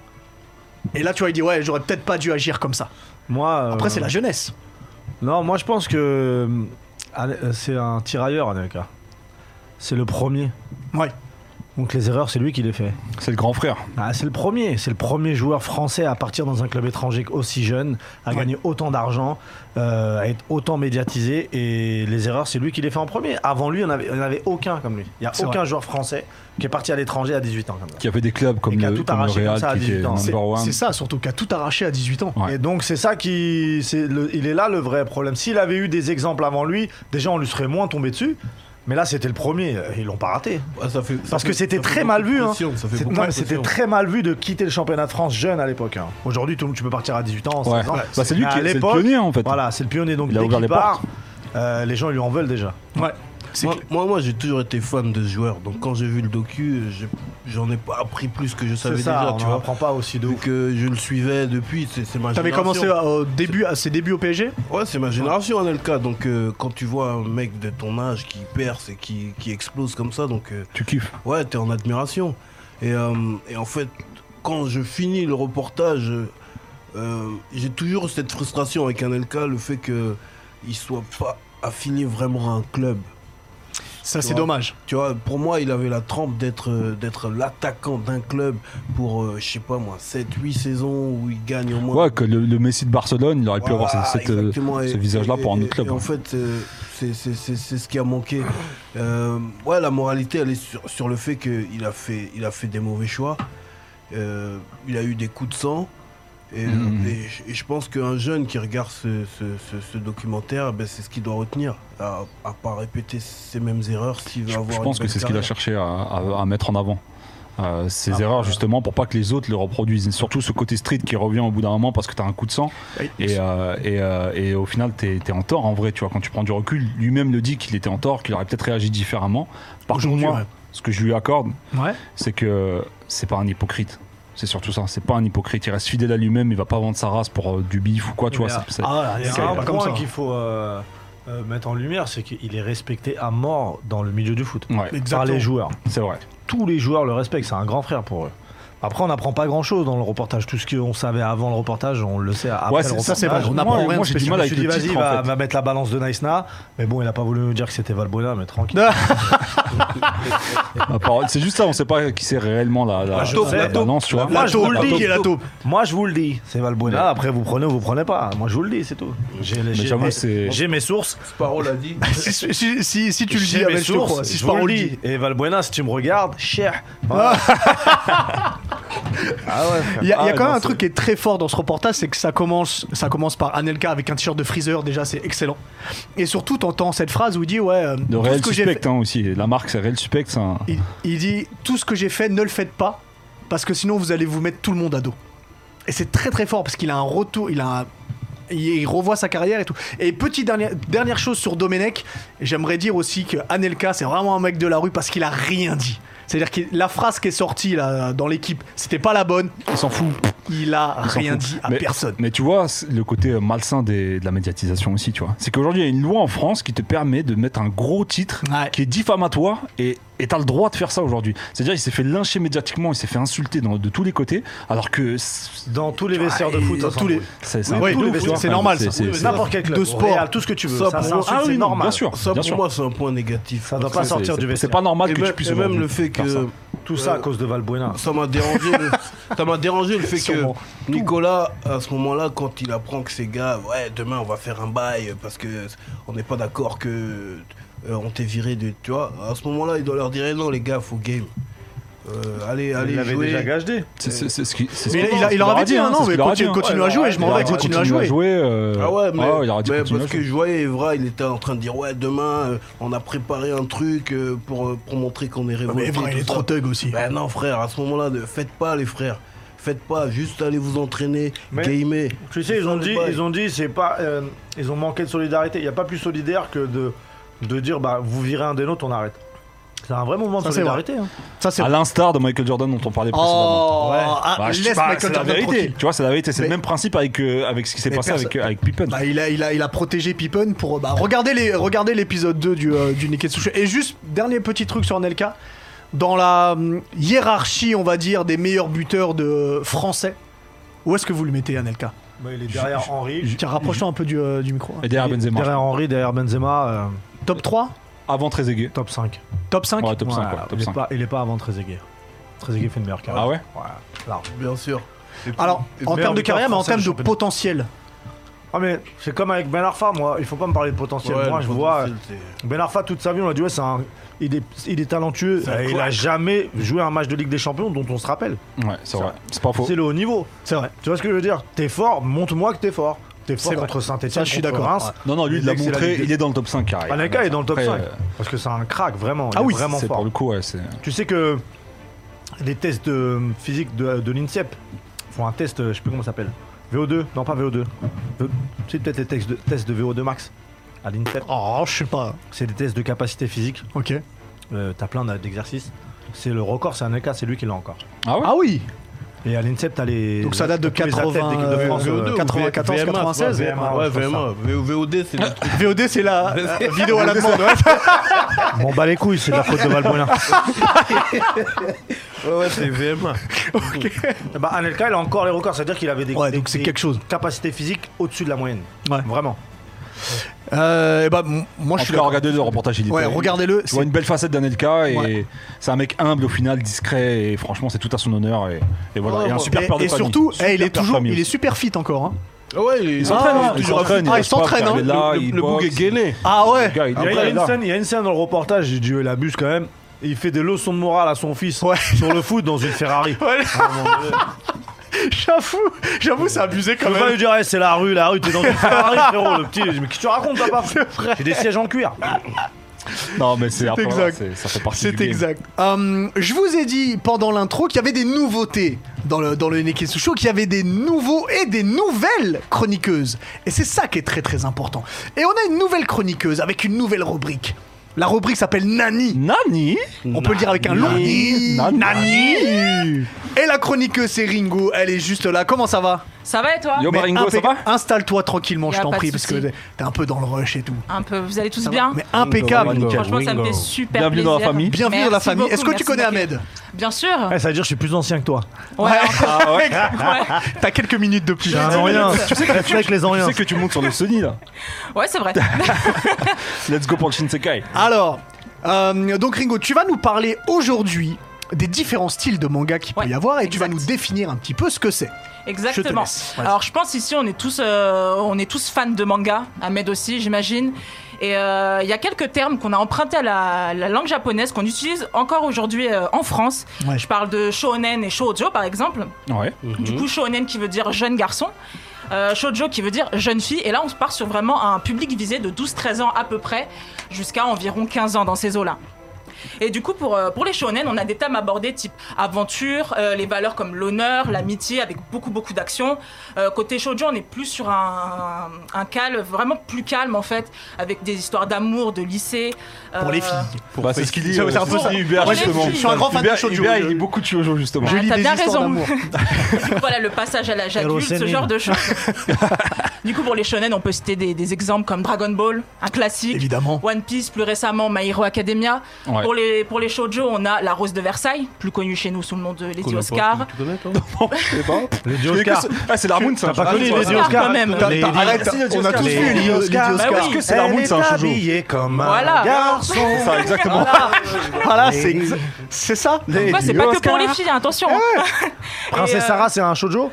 Speaker 1: Et là, tu vois, il dit ouais, j'aurais peut-être pas dû agir comme ça.
Speaker 4: Moi, euh,
Speaker 1: Après, c'est la jeunesse.
Speaker 4: Non, moi je pense que euh, Ale- euh, c'est un tirailleur, Anelka. C'est le premier.
Speaker 1: Ouais.
Speaker 4: Donc les erreurs, c'est lui qui les fait.
Speaker 2: C'est le grand frère.
Speaker 4: Ah, c'est le premier, c'est le premier joueur français à partir dans un club étranger aussi jeune, à gagner autant d'argent, euh, à être autant médiatisé. Et les erreurs, c'est lui qui les fait en premier. Avant lui, on avait, on avait aucun comme lui. Il n'y a
Speaker 1: C'est
Speaker 4: aucun joueur français qui est parti à l'étranger à 18 ans comme ça.
Speaker 2: Qui a fait des clubs comme
Speaker 4: Et qui a
Speaker 2: le,
Speaker 4: tout
Speaker 2: comme le
Speaker 4: arraché comme
Speaker 2: Real,
Speaker 4: ça à
Speaker 2: qui était
Speaker 4: 18 ans.
Speaker 2: number one.
Speaker 1: C'est ça, surtout qu'à tout arraché à 18 ans.
Speaker 2: Ouais.
Speaker 4: Et donc c'est ça qui, c'est le- il est là le vrai problème. S'il avait eu des exemples avant lui, déjà on lui serait moins tombé dessus. Mais là c'était le premier, Euh, ils l'ont pas raté.
Speaker 3: Ah, ça fait- ça
Speaker 4: Parce
Speaker 3: fait-
Speaker 4: que c'était
Speaker 3: ça fait
Speaker 4: très
Speaker 3: beaucoup
Speaker 4: mal
Speaker 3: de
Speaker 4: vu. hein.
Speaker 3: pression, ça fait
Speaker 4: C'est-
Speaker 3: beaucoup
Speaker 4: non,
Speaker 3: de
Speaker 4: mais C'était
Speaker 3: pression.
Speaker 4: très mal vu de quitter le championnat de France jeune à l'époque. hein. Aujourd'hui, tout le monde- tu peux partir à 18 ans, 16
Speaker 2: Ouais.
Speaker 4: ans.
Speaker 2: Bah, c'est lui qui-
Speaker 4: Mais à
Speaker 2: c'est le
Speaker 4: l'époque,
Speaker 2: pionnier, en fait.
Speaker 4: Voilà, c'est le pionnier. Donc
Speaker 2: Il a
Speaker 4: dès
Speaker 2: ouvert
Speaker 4: qu'il
Speaker 2: les
Speaker 4: part, euh, les gens ils lui en veulent déjà.
Speaker 1: Ouais. C'est
Speaker 3: Moi,
Speaker 1: cl-
Speaker 3: moi, moi, j'ai toujours été fan de ce joueur. Donc quand j'ai vu le docu, euh, j'ai- j'en ai pas appris plus que je
Speaker 4: C'est
Speaker 3: savais
Speaker 4: ça.
Speaker 3: déjà. Tu
Speaker 4: on
Speaker 3: vois.
Speaker 4: n'apprend pas aussi de
Speaker 3: Vu
Speaker 4: ouf.
Speaker 3: que je le suivais depuis, c'est c'est ma
Speaker 1: T'avais
Speaker 3: génération.
Speaker 1: commencé à- au début, à ses débuts au PSG
Speaker 4: Ah,
Speaker 3: Ouais, c'est ma génération, Anelka. Donc, euh, quand tu vois un mec de ton âge qui perce et qui, qui explose comme ça, donc, euh,
Speaker 2: Tu kiffes.
Speaker 3: ouais, t'es en admiration. Et, euh, et en fait, quand je finis le reportage, euh, euh, j'ai toujours cette frustration avec Anelka, le fait qu'il soit pas affilié vraiment à un club.
Speaker 1: Ça, c'est
Speaker 3: vois.
Speaker 1: dommage.
Speaker 3: Tu vois, pour moi, il avait la trempe d'être euh, d'être l'attaquant d'un club pour, euh, je sais pas moi, 7-8 saisons où il gagne au moins
Speaker 2: Ouais, que le, le Messi de Barcelone, il aurait pu avoir
Speaker 3: voilà,
Speaker 2: cette- cette, euh,
Speaker 3: exactement. Et-
Speaker 2: ce visage-là
Speaker 3: et-
Speaker 2: pour un
Speaker 3: et-
Speaker 2: autre club. hein.
Speaker 3: et en fait, euh, c'est- c'est c'est- c'est ce qui a manqué. Euh, ouais, la moralité, elle est sur, sur le fait qu'il a, fait- il a fait des mauvais choix. Euh, il a eu des coups de sang. Et,
Speaker 2: Mm,
Speaker 3: et je- et je pense qu'un jeune qui regarde ce, ce- ce- ce documentaire, ben, c'est ce qu'il doit retenir, à, à pas répéter ces mêmes erreurs s'il veut
Speaker 2: Je,
Speaker 3: avoir.
Speaker 2: je
Speaker 3: une
Speaker 2: pense que
Speaker 3: belle
Speaker 2: c'est ce qu'il a
Speaker 3: carrière.
Speaker 2: cherché à, à- à mettre en avant. Euh, ces erreurs justement pour pas que les autres les reproduisent Et surtout ce côté street qui revient au bout d'un moment parce que t'as un coup de sang et, euh, et, euh, et au final t'es t'es en tort en vrai tu vois quand tu prends du recul lui-même le dit qu'il était en tort qu'il aurait peut-être réagi différemment par contre
Speaker 1: Aujourd'hui,
Speaker 2: moi
Speaker 1: ouais.
Speaker 2: ce que je lui accorde
Speaker 1: Ouais.
Speaker 2: c'est que c'est pas un hypocrite c'est surtout ça c'est pas un hypocrite il reste fidèle à lui-même il va pas vendre sa race pour euh, du bif ou quoi tu vois
Speaker 4: Ah,
Speaker 2: c'est- c'est-
Speaker 4: voilà, il y
Speaker 2: c'est-
Speaker 4: a un
Speaker 1: comme
Speaker 4: point
Speaker 1: ça.
Speaker 4: qu'il faut euh, euh, mettre en lumière, c'est qu'il est respecté à mort dans le milieu du foot
Speaker 2: ouais
Speaker 4: par les joueurs.
Speaker 2: c'est vrai
Speaker 4: tous les joueurs le respectent, c'est un grand frère pour eux. Après, on n'apprend pas grand chose dans le reportage. Tout ce qu'on savait avant le reportage, on le sait après
Speaker 2: Ouais,
Speaker 4: le
Speaker 2: c'est-
Speaker 4: reportage.
Speaker 2: ça, c'est vrai.
Speaker 4: On
Speaker 2: Moi,
Speaker 4: apprend rien.
Speaker 2: moi,
Speaker 4: de
Speaker 2: j'ai du
Speaker 4: spécial.
Speaker 2: mal
Speaker 4: Je
Speaker 2: avec
Speaker 4: me suis
Speaker 2: le
Speaker 4: dit,
Speaker 2: titre,
Speaker 4: vas-y,
Speaker 2: en
Speaker 4: va,
Speaker 2: fait.
Speaker 4: va mettre la balance de Nice Na. Mais bon, il a pas voulu nous dire que c'était Valbuena, mais tranquille.
Speaker 2: Ma parole, C'est juste ça, on sait pas qui c'est réellement la, la,
Speaker 4: Ah, je sais.
Speaker 2: la balance, tu vois.
Speaker 4: Moi, je vous le
Speaker 1: taupe,
Speaker 4: dis,
Speaker 1: la
Speaker 4: la
Speaker 1: taupe.
Speaker 4: taupe. Moi, je vous le dis, c'est Valbuena. Après, vous prenez ou vous prenez pas. Moi, je vous le dis, c'est tout. J'ai les- j'ai
Speaker 2: j'avoue,
Speaker 4: mes,
Speaker 2: c'est-
Speaker 4: j'ai mes sources.
Speaker 3: Sparrow l'a dit.
Speaker 1: si, si, si- si- si tu le
Speaker 4: j'ai
Speaker 1: dis,
Speaker 4: mes
Speaker 1: avec je te
Speaker 4: sources,
Speaker 1: crois. Si
Speaker 4: je
Speaker 1: je
Speaker 4: vous
Speaker 1: parle, on
Speaker 4: le
Speaker 1: le
Speaker 4: dis.
Speaker 1: dit.
Speaker 4: Et Valbuena, si tu me regardes, cher. Voilà. ah ouais. frère.
Speaker 1: Il y a, il y a
Speaker 2: Ah,
Speaker 1: quand même
Speaker 2: non,
Speaker 1: un truc qui est très fort dans ce reportage, c'est que ça commence, ça commence par Anelka avec un t-shirt de Freezer, déjà c'est excellent. Et surtout, t'entends cette phrase où il dit Ouais, euh,
Speaker 2: De
Speaker 1: tout
Speaker 2: réel
Speaker 1: ce que j'ai fait-
Speaker 2: suspect hein, aussi. La marque, c'est réel suspect. c'est un-
Speaker 1: Il, il dit tout ce que j'ai fait, ne le faites pas, parce que sinon vous allez vous mettre tout le monde à dos. Et c'est très très fort parce qu'il a un retour, il a, un- il, il revoit sa carrière et tout. Et petite dernière dernière chose sur Domenech, j'aimerais dire aussi que Anelka c'est vraiment un mec de la rue parce qu'il a rien dit. C'est-à-dire que la phrase qui est sortie là, dans l'équipe, c'était pas la bonne.
Speaker 2: Il s'en fout.
Speaker 1: Il a
Speaker 2: s'en
Speaker 1: rien
Speaker 2: fout.
Speaker 1: dit à
Speaker 2: mais,
Speaker 1: personne.
Speaker 2: Mais tu vois, c'est le côté euh, malsain des- de la médiatisation aussi, tu vois. C'est qu'aujourd'hui, il y a une loi en France qui te permet de mettre un gros titre
Speaker 1: Ouais.
Speaker 2: qui est diffamatoire et et t'as le droit de faire ça aujourd'hui. C'est-à-dire, il s'est fait lyncher médiatiquement, il s'est fait insulter dans- de tous les côtés, alors que c'est
Speaker 4: Dans tous les vestiaires de
Speaker 1: et
Speaker 4: foot,
Speaker 1: dans
Speaker 4: on s'en
Speaker 1: tous les-
Speaker 4: fout.
Speaker 2: c'est- c'est un
Speaker 1: Oui,
Speaker 2: truc,
Speaker 1: oui,
Speaker 2: tu vois.
Speaker 1: c'est normal,
Speaker 2: C'est-
Speaker 1: ça.
Speaker 2: c'est-
Speaker 1: Oui, mais
Speaker 2: c'est-
Speaker 1: ça,
Speaker 4: N'importe quel club.
Speaker 1: de sport.
Speaker 4: Real, tout ce que tu veux.
Speaker 3: Ça,
Speaker 4: Ça,
Speaker 3: pour-
Speaker 4: c'est un
Speaker 3: ah
Speaker 4: succès
Speaker 3: oui, non,
Speaker 4: normal.
Speaker 2: bien sûr.
Speaker 3: Ça,
Speaker 2: Bien
Speaker 3: pour
Speaker 2: sûr.
Speaker 3: moi, c'est un point négatif.
Speaker 4: Ça doit
Speaker 3: Parce
Speaker 4: pas
Speaker 3: que-
Speaker 2: c'est-
Speaker 4: sortir
Speaker 2: c'est-
Speaker 4: du
Speaker 2: C'est
Speaker 4: vestiaire.
Speaker 2: pas normal
Speaker 3: Et
Speaker 2: que
Speaker 3: même,
Speaker 2: tu puisses
Speaker 3: et même
Speaker 2: aujourd'hui
Speaker 3: le fait
Speaker 2: faire ça.
Speaker 3: que
Speaker 4: Tout ça à cause de Valbuena.
Speaker 3: ça m'a dérangé,
Speaker 2: [LAUGHS]
Speaker 3: le- ça m'a dérangé le fait que
Speaker 1: Sûrement.
Speaker 3: Nicolas, à ce moment-là, quand il apprend que ces gars, ouais, demain on va faire un bail parce que on n'est pas d'accord que euh, on t'est viré de, tu vois, à ce moment-là, il doit leur dire eh non les gars, faut game, Euh, allez, allez
Speaker 4: Il l'avait
Speaker 3: jouer.
Speaker 4: déjà gagé.
Speaker 2: C'est- c'est- c'est ce qui- c'est ce
Speaker 1: Mais
Speaker 2: qu'il-
Speaker 1: il a- il
Speaker 2: c'est ce qu'il
Speaker 1: aurait
Speaker 2: aura
Speaker 1: dit, hein,
Speaker 2: hein,
Speaker 1: non,
Speaker 2: c'est ce
Speaker 1: mais
Speaker 2: qu'il aura
Speaker 1: continue-
Speaker 2: dit, hein.
Speaker 1: continue à jouer, je m'en
Speaker 2: Il
Speaker 1: vais,
Speaker 2: aura dit,
Speaker 1: continue à jouer.
Speaker 2: euh,
Speaker 3: Ah ouais, mais,
Speaker 2: ah il aura dit
Speaker 3: mais
Speaker 2: continue à
Speaker 3: parce que
Speaker 2: jouer.
Speaker 3: je voyais Evra, il était en train de dire ouais demain euh, on a préparé un truc euh, pour, euh, pour montrer qu'on est révolté.
Speaker 1: Ah, Mais Evra, il
Speaker 3: tout
Speaker 1: est
Speaker 3: ça.
Speaker 1: trop thug aussi.
Speaker 3: Ben non frère, à ce moment-là, ne faites pas les frères. Faites pas, juste allez vous entraîner,
Speaker 4: Mais-
Speaker 3: gamer.
Speaker 4: Tu sais, ils ont dit, ils ont dit, c'est pas, euh, ils ont manqué de solidarité. Il n'y a pas plus solidaire que de, de dire, bah, vous virez un des nôtres, on arrête. C'est un vrai mouvement de
Speaker 1: Ça, c'est vrai.
Speaker 4: solidarité. hein.
Speaker 1: Ça, c'est.
Speaker 2: À l'instar de Michael Jordan dont on parlait précédemment.
Speaker 1: Oh,
Speaker 4: Ouais.
Speaker 1: ah,
Speaker 2: Bah, je sais
Speaker 1: laisse
Speaker 2: pas,
Speaker 1: Michael
Speaker 2: c'est la
Speaker 1: Jordan
Speaker 2: vérité.
Speaker 1: tranquille.
Speaker 2: Tu vois, c'est la vérité. C'est le
Speaker 1: Mais-
Speaker 2: même principe avec, euh, avec ce qui s'est
Speaker 1: Mais
Speaker 2: passé
Speaker 1: perso-
Speaker 2: avec, euh, avec Pippen.
Speaker 1: Bah, il, a, il, a, il a protégé Pippen pour. Bah, regardez les- regardez l'épisode 2 du, euh, du Neketsu Show. Et juste, dernier petit truc sur Nelka. Dans la hum, hiérarchie, on va dire, des meilleurs buteurs de français, où est-ce que vous le mettez, Anelka
Speaker 4: Bah, il est derrière Henri.
Speaker 1: Tiens, rapproche-toi un peu du, euh, du micro.
Speaker 2: Et derrière Benzema.
Speaker 4: Derrière Henri, derrière Benzema, euh,
Speaker 1: Top 3
Speaker 2: Avant Trezeguet.
Speaker 4: top 5.
Speaker 1: Top 5
Speaker 2: Ouais, top 5. ouais, top
Speaker 4: il,
Speaker 2: 5.
Speaker 4: Est pas, il est pas avant Trezeguet. Trezeguet fait une meilleure carrière.
Speaker 2: Ah ouais
Speaker 4: large.
Speaker 3: Bien sûr. Et puis-
Speaker 1: Alors,
Speaker 3: et
Speaker 1: en
Speaker 3: puis-
Speaker 1: termes de
Speaker 4: buteur
Speaker 1: carrière, mais en
Speaker 4: français
Speaker 1: termes
Speaker 4: du
Speaker 1: de
Speaker 4: championnat.
Speaker 1: potentiel.
Speaker 4: Ah, mais c'est comme avec Ben Arfa, moi, il faut pas me parler de potentiel.
Speaker 3: Ouais,
Speaker 4: moi,
Speaker 3: le
Speaker 4: je vois.
Speaker 3: potentiel, c'est-
Speaker 4: Ben Arfa, toute sa vie, on a dit, ouais, c'est un- il, est, il est talentueux.
Speaker 3: un
Speaker 4: Euh, il a
Speaker 3: crack.
Speaker 4: jamais joué un match de Ligue des Champions dont on se rappelle.
Speaker 2: Ouais, c'est vrai. C'est pas faux.
Speaker 4: C'est le haut niveau.
Speaker 1: Oh. C'est vrai.
Speaker 4: Tu vois ce que je veux dire T'es fort, montre-moi que t'es fort. T'es fort
Speaker 1: C'est vrai.
Speaker 4: contre Saint-Etienne.
Speaker 1: Ça, je suis d'accord.
Speaker 2: Non, non, lui,
Speaker 4: Mais
Speaker 2: il l'a
Speaker 4: dès que c'est la
Speaker 2: montré.
Speaker 4: Ligue des-
Speaker 2: Il est dans le top 5. carré.
Speaker 4: Anelka est dans le top
Speaker 2: Après,
Speaker 4: 5.
Speaker 2: euh,
Speaker 4: Parce que c'est un crack, vraiment. Il
Speaker 1: Ah
Speaker 4: est
Speaker 1: oui,
Speaker 4: vraiment
Speaker 2: C'est
Speaker 4: fort.
Speaker 2: pour le coup, ouais.
Speaker 1: Ah
Speaker 2: c'est-
Speaker 4: Tu sais que les tests de euh, physique de, de l'INSEP font un test, euh, je sais plus comment ça s'appelle. VO2 Non, pas VO2. V- Tu sais peut-être les tests de, tests de VO2 max à l'INSEP.
Speaker 1: Oh, je sais pas.
Speaker 4: C'est des tests de capacité physique.
Speaker 1: Ok.
Speaker 4: Euh, T'as plein d'exercices. C'est le record, c'est Anelka, c'est lui qui l'a encore.
Speaker 2: Ah ouais
Speaker 1: Ah oui
Speaker 4: Et à l'INSEP, t'as les.
Speaker 1: Donc ça date de
Speaker 4: tous les athlètes
Speaker 1: 80,
Speaker 4: d'équipe de France,
Speaker 1: euh,
Speaker 4: euh,
Speaker 1: 94,
Speaker 3: VMA,
Speaker 1: 96.
Speaker 3: ouais, VMA, ouais,
Speaker 4: je pense
Speaker 3: VMA. VOD, c'est le truc.
Speaker 1: VOD, c'est [LAUGHS] la euh, vidéo à la demande.
Speaker 4: Bon, bah les couilles, c'est de la faute de Valbuena.
Speaker 3: Ouais, ouais, c'est VMA.
Speaker 4: [LAUGHS] bah, Anelka, il a encore les records, c'est-à-dire qu'il avait des,
Speaker 1: Ouais,
Speaker 4: des-
Speaker 1: donc c'est
Speaker 4: des
Speaker 1: quelque chose.
Speaker 4: capacités physiques au-dessus de la moyenne.
Speaker 1: Ouais.
Speaker 4: Vraiment.
Speaker 1: Euh, et bah, m- moi, je suis
Speaker 2: En tout cas,
Speaker 1: d'accord.
Speaker 2: regardez le reportage. il est
Speaker 1: Ouais,
Speaker 2: pas-
Speaker 1: regardez-le.
Speaker 2: Tu vois
Speaker 1: c'est-
Speaker 2: une belle facette d'Anelka et
Speaker 1: Ouais.
Speaker 2: c'est un mec humble au final, discret et franchement c'est tout à son honneur et, et voilà.
Speaker 3: Ouais,
Speaker 2: et un
Speaker 3: ouais.
Speaker 2: super
Speaker 1: et,
Speaker 2: père de
Speaker 1: et
Speaker 2: famille.
Speaker 1: surtout,
Speaker 2: Super
Speaker 1: eh, il est
Speaker 2: père de
Speaker 1: toujours,
Speaker 2: famille
Speaker 1: il est
Speaker 2: aussi.
Speaker 1: super fit encore. hein.
Speaker 3: Ouais, il est-
Speaker 2: Il s'entraîne,
Speaker 1: Ah,
Speaker 2: hein,
Speaker 1: il
Speaker 2: il
Speaker 1: s'entraîne,
Speaker 2: s'entraîne,
Speaker 1: ah, il
Speaker 2: se tape,
Speaker 1: s'entraîne, hein.
Speaker 2: il est là, il
Speaker 3: le bouc
Speaker 2: boxe,
Speaker 3: est gainé.
Speaker 1: Ah
Speaker 2: Le
Speaker 1: ouais. [LAUGHS]
Speaker 2: gars, il-
Speaker 4: Il y, a,
Speaker 2: après,
Speaker 4: il y a une
Speaker 2: là.
Speaker 4: scène, il y a une scène dans le reportage, j'ai dû l'abuse quand même. Il fait des leçons de morale à son fils sur le foot dans une Ferrari.
Speaker 1: J'avoue, j'avoue, c'est abusé
Speaker 4: Je
Speaker 1: quand
Speaker 4: peux pas
Speaker 1: même.
Speaker 4: lui dire, Eh, c'est la rue, la rue, t'es dans une Ferrari, frérot. Le petit, mais qu'est-ce que tu racontes, papa J'ai des sièges en cuir.
Speaker 2: Non mais c'est après, voilà,
Speaker 1: exact.
Speaker 2: Oh c'est- ça fait partie du
Speaker 1: C'est
Speaker 2: game.
Speaker 1: exact. Hum, je vous ai dit pendant l'intro qu'il y avait des nouveautés dans le, E dans le Neketsu Show, qu'il y avait des nouveaux et des nouvelles chroniqueuses. Et c'est ça qui est très très important. Et on a une nouvelle chroniqueuse avec une nouvelle rubrique. La rubrique s'appelle Nani.
Speaker 2: Nani
Speaker 1: On peut le dire avec un long
Speaker 2: Nani.
Speaker 1: Nani. Et la chroniqueuse, c'est Ringo. Elle est juste là. Comment ça va
Speaker 8: Ça va et toi
Speaker 2: Yo
Speaker 1: Mais
Speaker 2: Baringo, ça va
Speaker 1: impeccable. Installe-toi tranquillement,
Speaker 8: Y a
Speaker 1: je t'en
Speaker 8: pas de
Speaker 1: prie, parce que
Speaker 8: souci.
Speaker 1: t'es un peu dans le rush et tout.
Speaker 8: Un peu, vous allez tous bien
Speaker 1: Mais impeccable.
Speaker 2: Nickel.
Speaker 8: Franchement, ça me fait
Speaker 4: Bingo.
Speaker 8: super
Speaker 2: bah, oh. Bienvenue
Speaker 8: plaisir.
Speaker 2: dans la famille.
Speaker 1: Bienvenue
Speaker 8: Merci
Speaker 1: dans la famille.
Speaker 8: beaucoup,
Speaker 1: Est-ce que tu
Speaker 8: merci
Speaker 1: connais
Speaker 8: d'accueillir.
Speaker 1: Ahmed
Speaker 8: Bien sûr.
Speaker 4: Ouais, ça veut dire que je suis plus ancien que toi.
Speaker 8: Ouais,
Speaker 2: Ah
Speaker 1: [LAUGHS]
Speaker 2: ouais
Speaker 1: T'as quelques minutes de plus.
Speaker 4: J'ai un Orient. Tu sais que avec les
Speaker 2: Tu
Speaker 4: Orients.
Speaker 2: sais que tu montes sur le Sony là.
Speaker 8: ouais c'est
Speaker 1: [LAUGHS]
Speaker 8: vrai.
Speaker 2: Let's go pour le Shinsekai.
Speaker 1: Alors, euh, donc Ringo, tu vas nous parler aujourd'hui des différents styles de manga qu'il peut
Speaker 8: Ouais,
Speaker 1: y avoir et tu vas
Speaker 8: exact.
Speaker 1: nous définir un petit peu ce que c'est.
Speaker 8: Exactement.
Speaker 1: laisse. Vas-y.
Speaker 8: Alors je pense ici on est tous euh, on est tous fans de manga, Ahmed aussi j'imagine. Et euh, il y a quelques termes qu'on a empruntés à la, la langue japonaise qu'on utilise encore aujourd'hui euh, en France.
Speaker 1: Ouais.
Speaker 8: Je parle de shonen et shoujo par exemple.
Speaker 2: Ouais.
Speaker 8: Du
Speaker 1: Mhm.
Speaker 8: coup shonen qui veut dire jeune garçon. euh, shoujo qui veut dire jeune fille et là on part sur vraiment un public visé de 12-13 ans à peu près jusqu'à environ 15 ans dans ces eaux-là. Et du coup, pour, euh, pour les shonen, on a des thèmes abordés type aventure, euh, les valeurs comme l'honneur,
Speaker 1: Mhm.
Speaker 8: l'amitié, avec beaucoup, beaucoup d'action. Euh, côté shoujo, on est plus sur un, un calme, vraiment plus calme en fait, avec des histoires d'amour, de lycée.
Speaker 1: Pour
Speaker 8: euh,
Speaker 1: les filles.
Speaker 2: Bah, c'est ce qu'il dit.
Speaker 1: C'est
Speaker 2: euh,
Speaker 1: un peu
Speaker 2: ce
Speaker 1: ça.
Speaker 2: qu'il dit, Hubert,
Speaker 1: Moi, je-
Speaker 2: justement.
Speaker 8: je suis un
Speaker 1: grand fan de
Speaker 2: Hubert-
Speaker 1: shoujo.
Speaker 2: Hubert,
Speaker 1: Je-
Speaker 2: il dit beaucoup de shoujo, justement.
Speaker 1: Je
Speaker 8: Ah,
Speaker 1: lis
Speaker 8: t'as
Speaker 1: des
Speaker 8: bien
Speaker 1: histoires
Speaker 8: raison.
Speaker 1: d'amour.
Speaker 8: voilà le passage à l'âge adulte, ce
Speaker 4: Erosénine.
Speaker 8: genre
Speaker 4: [LAUGHS]
Speaker 8: de choses. du coup, pour les shonen, on peut citer des, des exemples comme Dragon Ball, un classique.
Speaker 1: Évidemment.
Speaker 8: One Piece, plus récemment My Hero Academia.
Speaker 2: Ouais.
Speaker 8: Pour, les, pour les shoujo, on a La Rose de Versailles, plus connue chez nous sous le nom de Lady Oscar.
Speaker 3: Tu connais, toi
Speaker 2: Je sais pas.
Speaker 4: Les
Speaker 2: Je connais que
Speaker 4: Oscars.
Speaker 2: ce- Ah, c'est l'Armoun, ça.
Speaker 4: T'as pas connu les
Speaker 8: Oscars,
Speaker 4: Oscars
Speaker 8: quand même.
Speaker 1: T'as-
Speaker 4: Les-
Speaker 1: t'as- Arrête,
Speaker 2: les-
Speaker 1: on a tous
Speaker 2: les-
Speaker 1: vu
Speaker 2: les-
Speaker 1: les Oscars.
Speaker 8: Bah oui.
Speaker 2: Est-ce que c'est l'Armoun, c'est un shoujo
Speaker 4: comme
Speaker 8: Voilà.
Speaker 4: garçon.
Speaker 2: C'est ça, exactement.
Speaker 1: Voilà, Ah c'est exa- c'est ça.
Speaker 8: Ouais, c'est pas que pour les filles, hein, attention.
Speaker 4: Princesse
Speaker 8: euh,
Speaker 4: Sarah, c'est un shoujo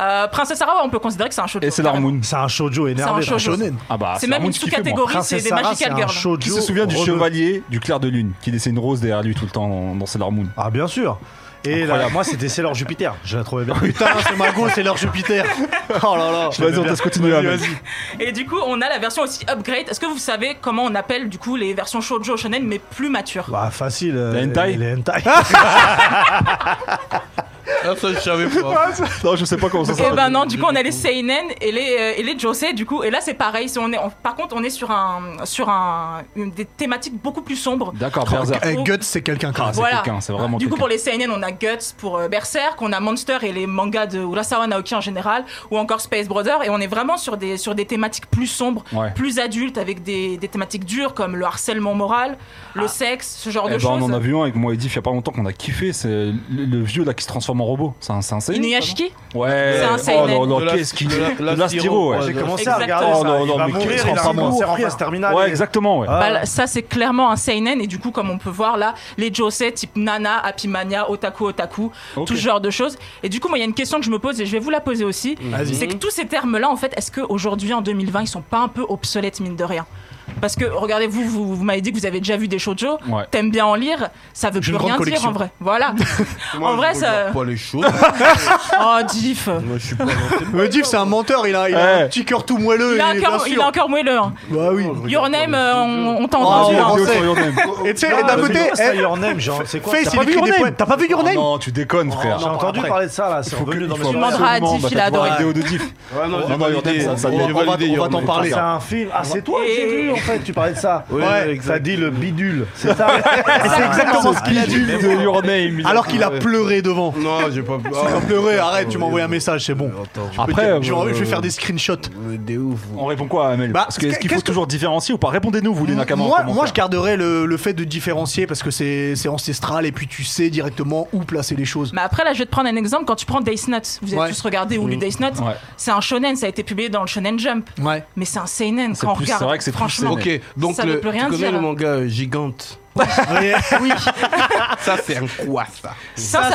Speaker 8: Euh, Princesse Sarah, on peut considérer que c'est un shoujo.
Speaker 2: Et c'est l'Armoun.
Speaker 4: C'est un shoujo énervé.
Speaker 8: C'est un shoujo.
Speaker 1: Shonen.
Speaker 2: Ah bah,
Speaker 8: C'est même
Speaker 2: Armoun
Speaker 8: une
Speaker 2: qui fait, moi.
Speaker 8: sous-catégorie, c'est
Speaker 4: Princesse
Speaker 8: des
Speaker 4: Sarah, c'est
Speaker 8: Magical
Speaker 4: un
Speaker 8: Girls.
Speaker 4: shoujo.
Speaker 2: Qui se souvient du
Speaker 4: Rode-
Speaker 2: chevalier du clair de lune qui dessine une rose derrière lui tout le temps dans, dans Sailor Moon
Speaker 4: Ah, bien sûr. Et là,
Speaker 2: Incroyable.
Speaker 4: moi, c'était Sailor Jupiter. Je la trouvais bien.
Speaker 1: Putain, c'est Margot, c'est leur
Speaker 4: [LAUGHS]
Speaker 1: Jupiter. Oh là là.
Speaker 2: Vas-y, on laisse continuer. Ahmed.
Speaker 8: Et du coup, on a la version aussi upgrade. Est-ce que vous savez comment on appelle du coup les versions shoujo shonen mais plus matures
Speaker 4: Bah, facile. euh,
Speaker 2: Les hentai
Speaker 4: Les hentai.
Speaker 3: Ah, ça, je savais pas.
Speaker 2: Non, je sais pas comment ça
Speaker 8: Eh
Speaker 2: s'appelle.
Speaker 8: ben non, du coup on a les seinen et les euh, et les josei du coup et là c'est pareil, c'est- on est on- par contre on est sur un sur un une- des thématiques beaucoup plus sombres.
Speaker 2: D'accord,
Speaker 8: Trop-
Speaker 2: Berserk.
Speaker 1: Eh, Guts, c'est quelqu'un quand
Speaker 2: Ah,
Speaker 1: même.
Speaker 2: c'est quelqu'un, c'est vraiment
Speaker 8: Du coup,
Speaker 2: quelqu'un.
Speaker 8: pour les seinen, on a Guts pour euh, Berserk, on a Monster et les mangas de Urasawa Naoki en général, ou encore Space Brother, et on est vraiment sur des, sur des thématiques plus sombres,
Speaker 2: Ouais.
Speaker 8: plus adultes, avec des, des thématiques dures comme le harcèlement moral, le sexe, ce genre
Speaker 2: Eh
Speaker 8: de
Speaker 2: ben, on
Speaker 8: choses.
Speaker 2: en a vu un avec moi et Edith il y a pas longtemps qu'on a kiffé. C'est le, le vieux là qui se transforme en robot. C'est un, c'est un seinen,
Speaker 8: Inuyashiki
Speaker 2: ça Ouais.
Speaker 8: C'est un
Speaker 2: Oh
Speaker 8: seinen.
Speaker 2: non, non,
Speaker 3: De la-
Speaker 2: qu'est-ce qu'il
Speaker 3: de la-
Speaker 2: De la styro, ouais.
Speaker 4: J'ai commencé à
Speaker 8: Exactement.
Speaker 4: regarder.
Speaker 2: Oh, non,
Speaker 4: ça.
Speaker 2: non,
Speaker 4: Il va
Speaker 2: mais
Speaker 4: mourir,
Speaker 2: qu'est-ce
Speaker 4: il
Speaker 2: qu'on
Speaker 4: a
Speaker 2: s'en
Speaker 4: un cancer en
Speaker 2: fout.
Speaker 4: phase terminale.
Speaker 2: Ouais, exactement, ouais.
Speaker 4: Ah.
Speaker 8: Bah, là, ça, c'est clairement un seinen, et du coup, comme on peut voir là, les josei type Nana, Happy Mania, Otaku Otaku,
Speaker 2: Ok.
Speaker 8: tout ce genre de choses. Et du coup, moi, il y a une question que je me pose, et je vais vous la poser aussi. C'est
Speaker 1: Mhm.
Speaker 8: que tous ces termes-là, en fait, est-ce qu'aujourd'hui, en 2020, ils sont pas un peu obsolètes, mine de rien parce que regardez vous vous, vous m'avez dit que vous avez déjà vu des shoujo,
Speaker 2: Ouais.
Speaker 8: t'aimes bien en lire, ça veut
Speaker 1: J'ai
Speaker 8: plus
Speaker 1: une grande
Speaker 8: rien dire
Speaker 1: collection.
Speaker 8: en vrai.
Speaker 1: [LAUGHS]
Speaker 8: Voilà. en vrai ça
Speaker 3: Pas les
Speaker 8: [LAUGHS]
Speaker 3: choses.
Speaker 8: Oh diff.
Speaker 3: Moi, je suis pas dans tes-
Speaker 1: Le Diff, c'est un menteur. Il a, il a
Speaker 2: Eh.
Speaker 1: un petit cœur tout moelleux.
Speaker 8: Il a
Speaker 1: et bien
Speaker 8: encore il
Speaker 1: sûr.
Speaker 8: a encore moelleux. hein.
Speaker 1: Bah oui.
Speaker 8: Your name euh, on, on t'a
Speaker 1: Oh,
Speaker 8: entendu. hein.
Speaker 1: on
Speaker 2: Vidéo
Speaker 1: sait.
Speaker 2: sur Your Name.
Speaker 1: Et tu sais, et d'un côté,
Speaker 4: c'est
Speaker 1: eh,
Speaker 4: Your Name, genre, c'est quoi
Speaker 1: Face,
Speaker 4: T'as
Speaker 1: il
Speaker 4: pas vu
Speaker 1: écrit
Speaker 4: Your
Speaker 1: des
Speaker 4: Name
Speaker 1: poèmes. T'as pas vu Your
Speaker 2: Oh
Speaker 1: Name
Speaker 2: non, tu déconnes, frère.
Speaker 4: J'ai entendu
Speaker 1: après.
Speaker 4: parler de ça là, c'est revenu dans mes
Speaker 8: Tu
Speaker 4: oreilles.
Speaker 8: demanderas à Diff, il a
Speaker 4: Bah,
Speaker 8: adoré.
Speaker 2: La vidéo de Diff.
Speaker 3: Ouais, non, j'ai
Speaker 2: non, il y en a
Speaker 3: validé.
Speaker 2: des-
Speaker 3: ça,
Speaker 2: ça,
Speaker 3: j'ai
Speaker 1: on va-
Speaker 3: validé,
Speaker 1: on va
Speaker 3: Yorn.
Speaker 1: t'en parler.
Speaker 4: C'est un film. Ah, c'est toi que j'ai
Speaker 8: Et-
Speaker 4: vu en fait, tu parlais de ça.
Speaker 3: Ouais,
Speaker 4: t'as dit le bidule. C'est [LAUGHS] ça.
Speaker 1: C'est exactement ce qu'il a dit.
Speaker 2: de Your Name.
Speaker 1: Alors qu'il a
Speaker 3: Ouais.
Speaker 1: pleuré devant.
Speaker 3: Non, j'ai pas.
Speaker 1: Il a
Speaker 3: Ah,
Speaker 1: pleuré. Arrête, tu
Speaker 3: ouais,
Speaker 1: m'as envoyé un
Speaker 3: ouais.
Speaker 1: message, c'est bon.
Speaker 3: Attends,
Speaker 2: Après,
Speaker 1: Je
Speaker 2: euh,
Speaker 1: vais je vais faire des screenshots.
Speaker 3: vous êtes des ouf. vous.
Speaker 2: On répond quoi, Amel
Speaker 1: Bah,
Speaker 2: Parce que- Est-ce qu'il
Speaker 1: qu'est-ce
Speaker 2: faut
Speaker 1: que-
Speaker 2: toujours différencier ou pas Répondez-nous, vous, les Nakamas. en
Speaker 1: moi,
Speaker 2: commentaire.
Speaker 1: moi, je garderais le, le fait de différencier parce que c'est c'est ancestral et puis tu sais directement où placer les choses.
Speaker 8: Mais après, là, je vais te prendre un exemple. Quand tu prends Death Note, vous avez
Speaker 1: Ouais.
Speaker 8: tous regardé ou lu Death Note,
Speaker 2: Ouais.
Speaker 8: c'est un shonen, ça a été publié dans le Shonen Jump.
Speaker 1: Ouais.
Speaker 8: Mais c'est un seinen
Speaker 2: C'est
Speaker 8: quand on
Speaker 2: plus- c'est
Speaker 8: regarde.
Speaker 2: vrai que c'est plus
Speaker 8: franchement.
Speaker 2: seinen.
Speaker 3: Ok, donc
Speaker 8: Ça veut
Speaker 3: le,
Speaker 8: plus
Speaker 3: tu
Speaker 8: rien
Speaker 3: connais
Speaker 8: dire.
Speaker 3: le manga euh, Gigante
Speaker 1: oui.
Speaker 3: Ça, c'est un quoi, ça
Speaker 8: Ça,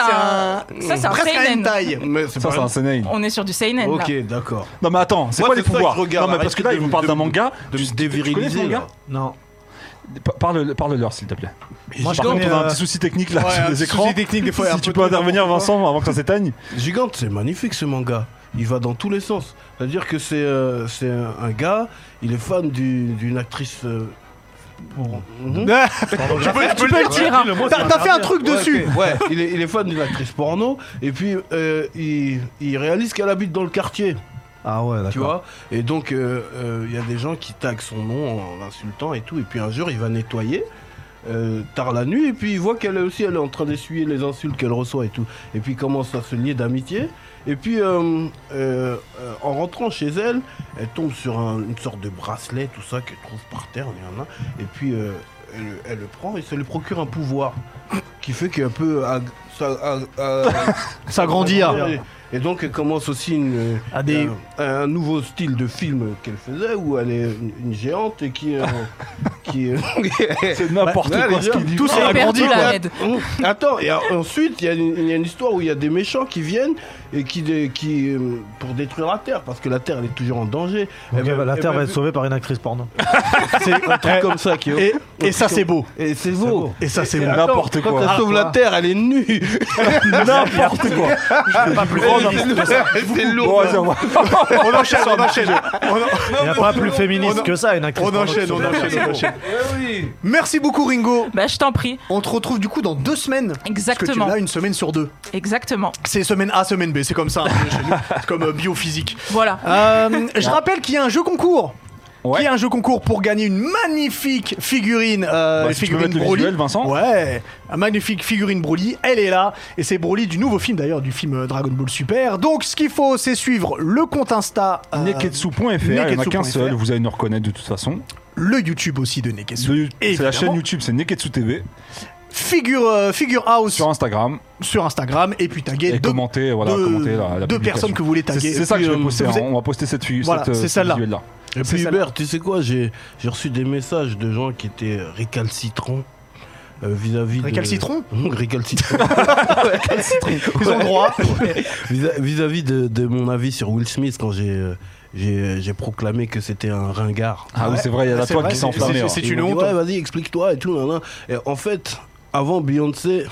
Speaker 8: c'est un, ça, c'est un
Speaker 1: Presque à une
Speaker 8: seinen.
Speaker 1: taille.
Speaker 3: Mais c'est
Speaker 2: Ça, c'est
Speaker 3: pas
Speaker 2: un seinen.
Speaker 8: On est sur du seinen.
Speaker 3: Ok,
Speaker 8: Là.
Speaker 3: d'accord.
Speaker 2: Non mais attends, c'est
Speaker 3: Moi,
Speaker 2: quoi
Speaker 3: c'est
Speaker 2: les
Speaker 3: ça que
Speaker 2: pouvoirs
Speaker 3: je regarde,
Speaker 2: Non mais parce
Speaker 3: arrête
Speaker 2: que là
Speaker 3: de
Speaker 2: ils vous
Speaker 3: me-
Speaker 2: parlent
Speaker 3: de
Speaker 2: d'un
Speaker 3: me-
Speaker 2: manga,
Speaker 3: de me
Speaker 2: tu- tu
Speaker 3: déviriliser,
Speaker 2: connais ce manga
Speaker 3: là.
Speaker 4: Non.
Speaker 2: Pa- Parle, parle-leur s'il te plaît.
Speaker 4: Moi,
Speaker 2: Par
Speaker 4: je
Speaker 2: contre,
Speaker 4: connais,
Speaker 2: on a un
Speaker 4: euh,
Speaker 2: petit souci technique là
Speaker 1: ouais, un
Speaker 2: sur les
Speaker 1: petit
Speaker 2: écrans.
Speaker 1: souci technique, des fois, un
Speaker 2: si tu
Speaker 1: peu
Speaker 2: peux
Speaker 1: tout
Speaker 2: intervenir Vincent avant que ça s'éteigne.
Speaker 3: Gigante, c'est magnifique ce manga. Il va dans tous les sens. C'est-à-dire que c'est euh, c'est un, un gars, il est fan du- d'une actrice. euh, Mhm.
Speaker 1: tu peux, tu peux le dire. hein. T'as t'as fait un truc
Speaker 3: ouais,
Speaker 1: dessus.
Speaker 3: ok, ouais, il est, il est fan d'une actrice porno. Et puis, euh, il, il réalise qu'elle habite dans le quartier.
Speaker 4: Ah ouais,
Speaker 3: Tu
Speaker 4: d'accord.
Speaker 3: vois Et donc, euh, euh, il y a des gens qui taguent son nom en l'insultant et tout. Et puis un jour, il va nettoyer. euh, tard la nuit et puis il voit qu'elle aussi elle est en train d'essuyer les insultes qu'elle reçoit et tout. Et puis il commence à se lier d'amitié. Et puis euh, euh, euh, en rentrant chez elle, elle tombe sur un- une sorte de bracelet, tout ça qu'elle trouve par terre. il y en a. Et puis euh, elle, elle le prend et ça lui procure un pouvoir qui fait qu'elle peut ag- ça- ag- ag-
Speaker 1: S'agrandir.
Speaker 3: Et donc elle commence aussi une,
Speaker 1: À des-
Speaker 3: un, un nouveau style de film qu'elle faisait où elle est une, une géante
Speaker 1: [LAUGHS]
Speaker 3: et qui euh, qui euh, [LAUGHS]
Speaker 2: C'est n'importe
Speaker 3: Ouais,
Speaker 2: quoi
Speaker 3: les
Speaker 2: ce qu'il
Speaker 3: gens,
Speaker 2: dit.
Speaker 1: Tout s'est
Speaker 8: Elle a
Speaker 1: agrandi,
Speaker 8: perdu la
Speaker 1: quoi.
Speaker 8: raide. Ed.
Speaker 3: Mmh. Attends, et en- ensuite, il y, a une- il y a une histoire où il y a des méchants qui viennent et qui, dé- qui euh, pour détruire la Terre, parce que la Terre, elle est toujours en danger.
Speaker 4: Donc,
Speaker 3: Eh ben,
Speaker 4: la
Speaker 3: eh
Speaker 4: Terre
Speaker 3: ben,
Speaker 4: va être sauvée par une actrice porno.
Speaker 1: bah,
Speaker 3: [LAUGHS]
Speaker 1: C'est un truc
Speaker 3: comme ça qui-
Speaker 1: Et, et ça, c'est beau.
Speaker 3: Et c'est beau.
Speaker 1: Et ça, c'est
Speaker 3: Et
Speaker 1: beau. Ah,
Speaker 3: attends,
Speaker 2: N'importe
Speaker 3: quand
Speaker 2: quoi.
Speaker 3: elle sauve la Terre, elle est nue.
Speaker 1: [LAUGHS]
Speaker 2: N'importe quoi.
Speaker 1: Pas plus
Speaker 3: Elle
Speaker 1: grande.
Speaker 3: est nue. C'est
Speaker 2: Bon,
Speaker 3: lourd.
Speaker 2: vas-y, on va-
Speaker 1: On enchaîne, on enchaîne.
Speaker 4: Il n'y a pas plus féministe que ça, une actrice
Speaker 1: On
Speaker 4: porno. qui
Speaker 1: enchaîne,
Speaker 4: sauve
Speaker 1: on
Speaker 4: la Terre.
Speaker 1: enchaîne, on enchaîne. Merci beaucoup, Ringo.
Speaker 8: Bah, je t'en prie.
Speaker 1: On te retrouve du coup dans deux semaines. Parce que
Speaker 8: Exactement.
Speaker 1: tu es là une semaine sur deux.
Speaker 8: Exactement.
Speaker 1: C'est semaine A, semaine B, c'est comme ça. hein, chez nous. C'est comme euh, biophysique.
Speaker 8: Voilà.
Speaker 3: Ah,
Speaker 1: Euh, je rappelle qu'il y a un jeu concours.
Speaker 2: Ouais.
Speaker 1: Qui est un jeu concours pour gagner une magnifique figurine, euh,
Speaker 2: Bah, si tu peux
Speaker 1: figurine
Speaker 2: mettre le
Speaker 1: Broly.
Speaker 2: visuel, Vincent.
Speaker 1: Ouais, une magnifique figurine Broly. Elle est là et c'est Broly du nouveau film d'ailleurs, du film euh, Dragon Ball Super. Donc ce qu'il faut, c'est suivre le compte Insta, euh,
Speaker 2: Neketsu.fr, il n'y en a qu'un
Speaker 1: Neketsu.fr.
Speaker 2: seul, vous allez nous reconnaître de toute façon.
Speaker 1: le YouTube aussi de Neketsu.
Speaker 2: Le- C'est la
Speaker 1: Évidemment.
Speaker 2: chaîne YouTube, c'est Neketsu TV,
Speaker 1: Figure, euh, figure House
Speaker 2: sur
Speaker 1: sur,
Speaker 2: Instagram,
Speaker 1: Instagram et puis taguer
Speaker 2: et
Speaker 1: deux,
Speaker 2: commenter, voilà,
Speaker 1: deux-
Speaker 2: commenter la, la
Speaker 1: deux
Speaker 2: publication.
Speaker 1: personnes que vous voulez
Speaker 2: C'est-
Speaker 1: taguer.
Speaker 2: C'est ça que je vais
Speaker 1: Puis, euh,
Speaker 2: poster,
Speaker 1: vous
Speaker 2: hein,
Speaker 1: êtes-
Speaker 2: on va poster cette figure,
Speaker 1: Voilà,
Speaker 2: cette,
Speaker 1: c'est
Speaker 2: cette
Speaker 1: celle-là.
Speaker 2: visuelle-là.
Speaker 3: Et
Speaker 1: C'est
Speaker 3: puis
Speaker 1: ça.
Speaker 3: Hubert, tu sais quoi, j'ai j'ai reçu des messages de gens qui étaient récalcitrants euh, vis-à-vis de- [LAUGHS] Mmh,
Speaker 1: Récalcitrants [LAUGHS]
Speaker 3: Récalcitrants.
Speaker 1: Ils ont le droit.
Speaker 3: Vis- Vis-à-vis de, de mon avis sur Will Smith quand j'ai euh, j'ai j'ai proclamé que c'était un ringard.
Speaker 2: Ah oui, c'est vrai, il y a la
Speaker 1: C'est
Speaker 2: toile
Speaker 1: vrai,
Speaker 2: qui s'est
Speaker 1: c'est-
Speaker 2: enflammée.
Speaker 1: c'est-
Speaker 2: ouais.
Speaker 1: c'est-
Speaker 3: Ils
Speaker 1: une
Speaker 3: m'ont dit,
Speaker 1: honte.
Speaker 3: Ouais, vas-y, explique-toi et tout. nan, nan. Et en fait, avant Beyoncé,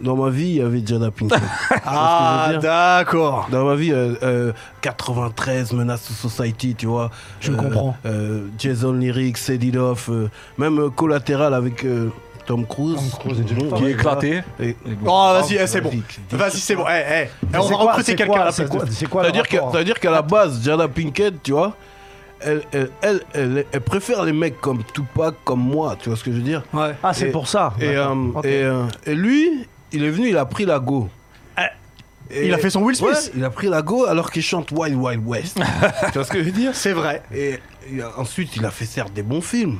Speaker 3: dans ma vie, il y avait Jada Pinkett. Tu vois ce que je veux
Speaker 1: [LAUGHS] Ah
Speaker 3: dire
Speaker 1: d'accord.
Speaker 3: dans ma vie, euh, euh, 93, Menace to Society, tu vois.
Speaker 1: Je
Speaker 3: Euh,
Speaker 1: comprends.
Speaker 3: euh, Jason Lyric, Set It Off, euh, même euh, Collateral avec euh, Tom Cruise.
Speaker 2: Qui est éclatée.
Speaker 3: Et-
Speaker 1: Oh, vas-y, eh, c'est bon.
Speaker 3: Vas-y,
Speaker 1: Vas-y, c'est bon. Eh, eh, eh,
Speaker 4: C'est
Speaker 1: on va
Speaker 4: quoi-
Speaker 1: recruter
Speaker 4: c'est
Speaker 1: quelqu'un
Speaker 4: quoi-
Speaker 1: à la
Speaker 4: C'est
Speaker 1: place de-
Speaker 4: quoi, c'est quoi le
Speaker 3: C'est-à-dire que-
Speaker 4: rapport
Speaker 3: c'est-à-dire qu'à la base, Jada Pinkett, tu vois, elle, elle, elle, elle- elle préfère les mecs comme Tupac, comme moi, tu vois ce que je veux dire
Speaker 4: Ah, c'est
Speaker 3: Et-
Speaker 4: pour ça.
Speaker 3: et,
Speaker 4: D'accord.
Speaker 3: euh,
Speaker 4: Ok.
Speaker 3: et, euh, et lui, il est venu, il a pris la go.
Speaker 1: Ah,
Speaker 3: Et-
Speaker 1: il a fait son Will Smith.
Speaker 3: Ouais, il a pris la go alors qu'il chante Wild Wild
Speaker 1: [LAUGHS]
Speaker 3: West. tu vois ce que je veux dire
Speaker 1: C'est vrai.
Speaker 3: Et il a- ensuite, il a fait certes des bons films.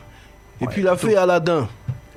Speaker 3: Et puis il a fait Aladdin,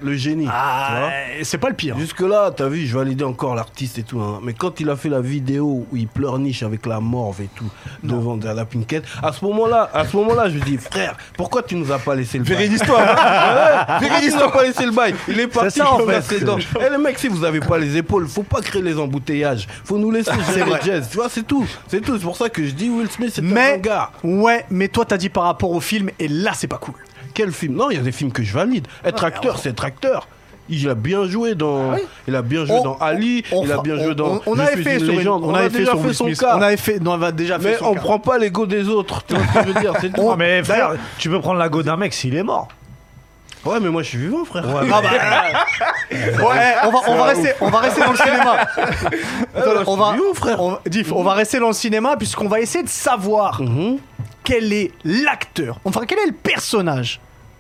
Speaker 3: le génie. tu vois.
Speaker 1: Ah, eh, c'est pas le pire.
Speaker 3: Jusque-là, t'as vu, je validais encore l'artiste et tout. hein. Mais quand il a fait la vidéo où il pleurniche avec la morve et tout devant la Pinkett, à ce moment-là, à ce moment-là, je dis, frère, pourquoi tu nous as pas laissé le bail [LAUGHS] l'histoire Pourquoi tu nous as pas laissé le bail Il est parti,
Speaker 4: C'est ça, en
Speaker 3: je me
Speaker 4: fait.
Speaker 3: casse les dents. Eh les mecs, si vous avez pas les épaules, faut pas créer les embouteillages. Faut nous laisser gérer le jazz. Tu vois, c'est tout. C'est tout. C'est pour ça que je dis Will Smith, c'est un
Speaker 1: Mais
Speaker 3: gars.
Speaker 1: ouais, mais toi t'as dit par rapport au film et là c'est pas cool.
Speaker 3: Quel film Non, il y a des films que je valide. Être acteur, c'est être acteur. Il a bien joué dans, il a bien joué
Speaker 1: Ah On-
Speaker 3: dans Ali,
Speaker 1: on
Speaker 3: il a
Speaker 1: fera-
Speaker 3: bien joué dans.
Speaker 1: On, on
Speaker 3: Je
Speaker 1: avait
Speaker 3: suis
Speaker 1: fait
Speaker 3: une
Speaker 1: sur une-
Speaker 3: légende.
Speaker 1: on avait fait
Speaker 3: déjà
Speaker 1: sur Will
Speaker 3: fait son
Speaker 1: Smith.
Speaker 3: cas.
Speaker 1: On avait fait. Non, on avait déjà fait
Speaker 3: mais
Speaker 1: son
Speaker 3: on
Speaker 1: cas.
Speaker 3: prend pas l'ego des autres. Tu vois ce que je veux dire
Speaker 1: [LAUGHS]
Speaker 3: C'est tout.
Speaker 4: Non, mais frère,
Speaker 1: d'ailleurs-
Speaker 4: tu peux prendre la go d'un mec s'il est mort.
Speaker 3: Ouais, mais moi je suis vivant, frère. [LAUGHS]
Speaker 1: Ah bah, [LAUGHS] ouais, on va, on va rester, on va rester dans le cinéma. Attends,
Speaker 3: bah,
Speaker 1: on va, on- Diff, on va rester dans le cinéma puisqu'on va essayer de savoir
Speaker 3: Mhm.
Speaker 1: quel est l'acteur, enfin quel est le personnage,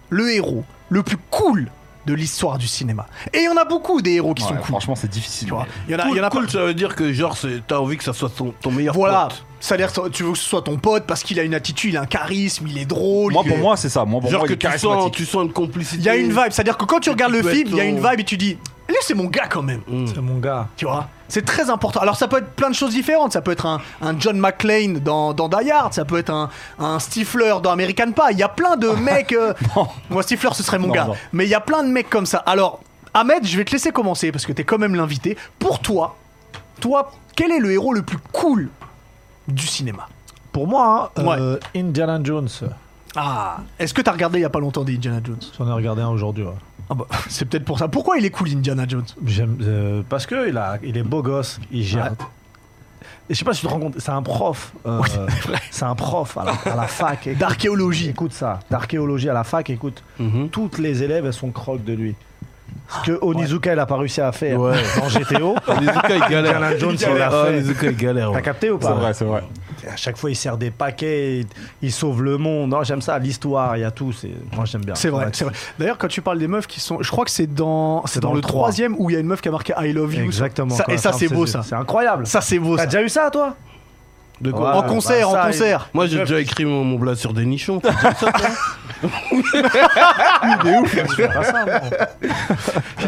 Speaker 1: le héros le plus cool de l'histoire du cinéma. Et il y en a beaucoup des héros qui
Speaker 2: Ouais,
Speaker 1: sont cool.
Speaker 2: Franchement, c'est difficile.
Speaker 1: Tu vois, il y en a, il
Speaker 3: Cool,
Speaker 1: y en a
Speaker 3: cool,
Speaker 1: pas-
Speaker 3: ça veut dire que genre c'est- t'as envie que ça soit ton, ton meilleur
Speaker 1: Voilà,
Speaker 2: Oh,
Speaker 3: pote.
Speaker 1: ça a l'air, tu veux que ce soit ton pote parce qu'il a une attitude, il a un charisme, il est drôle.
Speaker 2: Moi,
Speaker 1: il-
Speaker 2: pour moi, c'est ça. Moi, pour
Speaker 3: Genre
Speaker 2: moi, il
Speaker 3: que
Speaker 2: est
Speaker 3: tu sens,
Speaker 2: charismatique.
Speaker 3: tu sens une complicité.
Speaker 1: il y a une vibe. C'est-à-dire que quand tu regardes le
Speaker 3: peux
Speaker 1: film,
Speaker 3: être
Speaker 1: il y a une
Speaker 3: ton-
Speaker 1: vibe et tu dis, là c'est mon gars quand même.
Speaker 2: Mm.
Speaker 4: C'est mon gars.
Speaker 1: Tu vois C'est très important. Alors ça peut être plein de choses différentes. Ça peut être un, un John McClane dans, dans Die Hard, ça peut être un, un Stifler dans American Pie. Il y a plein de mecs...
Speaker 2: [LAUGHS]
Speaker 1: euh, Moi Stifler ce serait mon
Speaker 2: Non,
Speaker 1: gars.
Speaker 2: non.
Speaker 1: Mais il y a plein de mecs comme ça. Alors Ahmed, je vais te laisser commencer parce que t'es quand même l'invité. Pour toi, toi, quel est le héros le plus cool du cinéma
Speaker 4: Pour moi, hein,
Speaker 1: Ouais.
Speaker 4: euh, Indiana Jones.
Speaker 1: Ah, est-ce que t'as regardé il y a pas longtemps des Indiana Jones
Speaker 4: J'en ai regardé un aujourd'hui. ouais.
Speaker 1: Ah bah, [LAUGHS] c'est peut-être pour ça. Pourquoi il est cool Indiana Jones
Speaker 4: J'aime euh, parce que il a, il est beau gosse, il gère.
Speaker 1: Ouais.
Speaker 4: Et je sais pas si tu te rends compte, c'est un prof. euh, c'est un prof à la, à la [LAUGHS] fac. écoute-
Speaker 1: D'archéologie.
Speaker 4: Écoute ça, d'archéologie à la fac. Écoute, toutes les élèves elles sont croques de lui. Ce que Onizuka il a pas réussi à faire
Speaker 3: Ouais.
Speaker 4: dans GTO. [LAUGHS]
Speaker 3: Les Zuka, ils galèrent.
Speaker 1: [LAUGHS]
Speaker 4: Indiana Jones, il l'a
Speaker 3: Ah,
Speaker 4: fait.
Speaker 3: les Zuka, ils galèrent.
Speaker 4: T'as
Speaker 3: ouais.
Speaker 4: capté ou pas
Speaker 2: C'est vrai, c'est vrai.
Speaker 4: à chaque fois, il sert des paquets, il, il sauve le monde. Non, j'aime ça, l'histoire, il y a tout. c'est- Moi, j'aime bien.
Speaker 1: C'est vrai,
Speaker 4: Ouais.
Speaker 1: c'est vrai. D'ailleurs, quand tu parles des meufs qui sont. Je crois que c'est dans, c'est dans, le
Speaker 4: trois.
Speaker 1: troisième où il y a une meuf qui a marqué I love you.
Speaker 4: Exactement.
Speaker 1: Ça-
Speaker 4: quoi.
Speaker 1: et ça, c'est beau, ça.
Speaker 4: C'est incroyable.
Speaker 1: Ça, c'est beau.
Speaker 4: T'as
Speaker 1: Ça.
Speaker 4: déjà eu ça, toi
Speaker 3: De quoi
Speaker 1: En
Speaker 4: bah,
Speaker 1: concert,
Speaker 4: ça,
Speaker 1: en
Speaker 4: il-
Speaker 1: concert.
Speaker 3: Moi, j'ai déjà écrit mon, mon blague sur des nichons.
Speaker 1: [LAUGHS]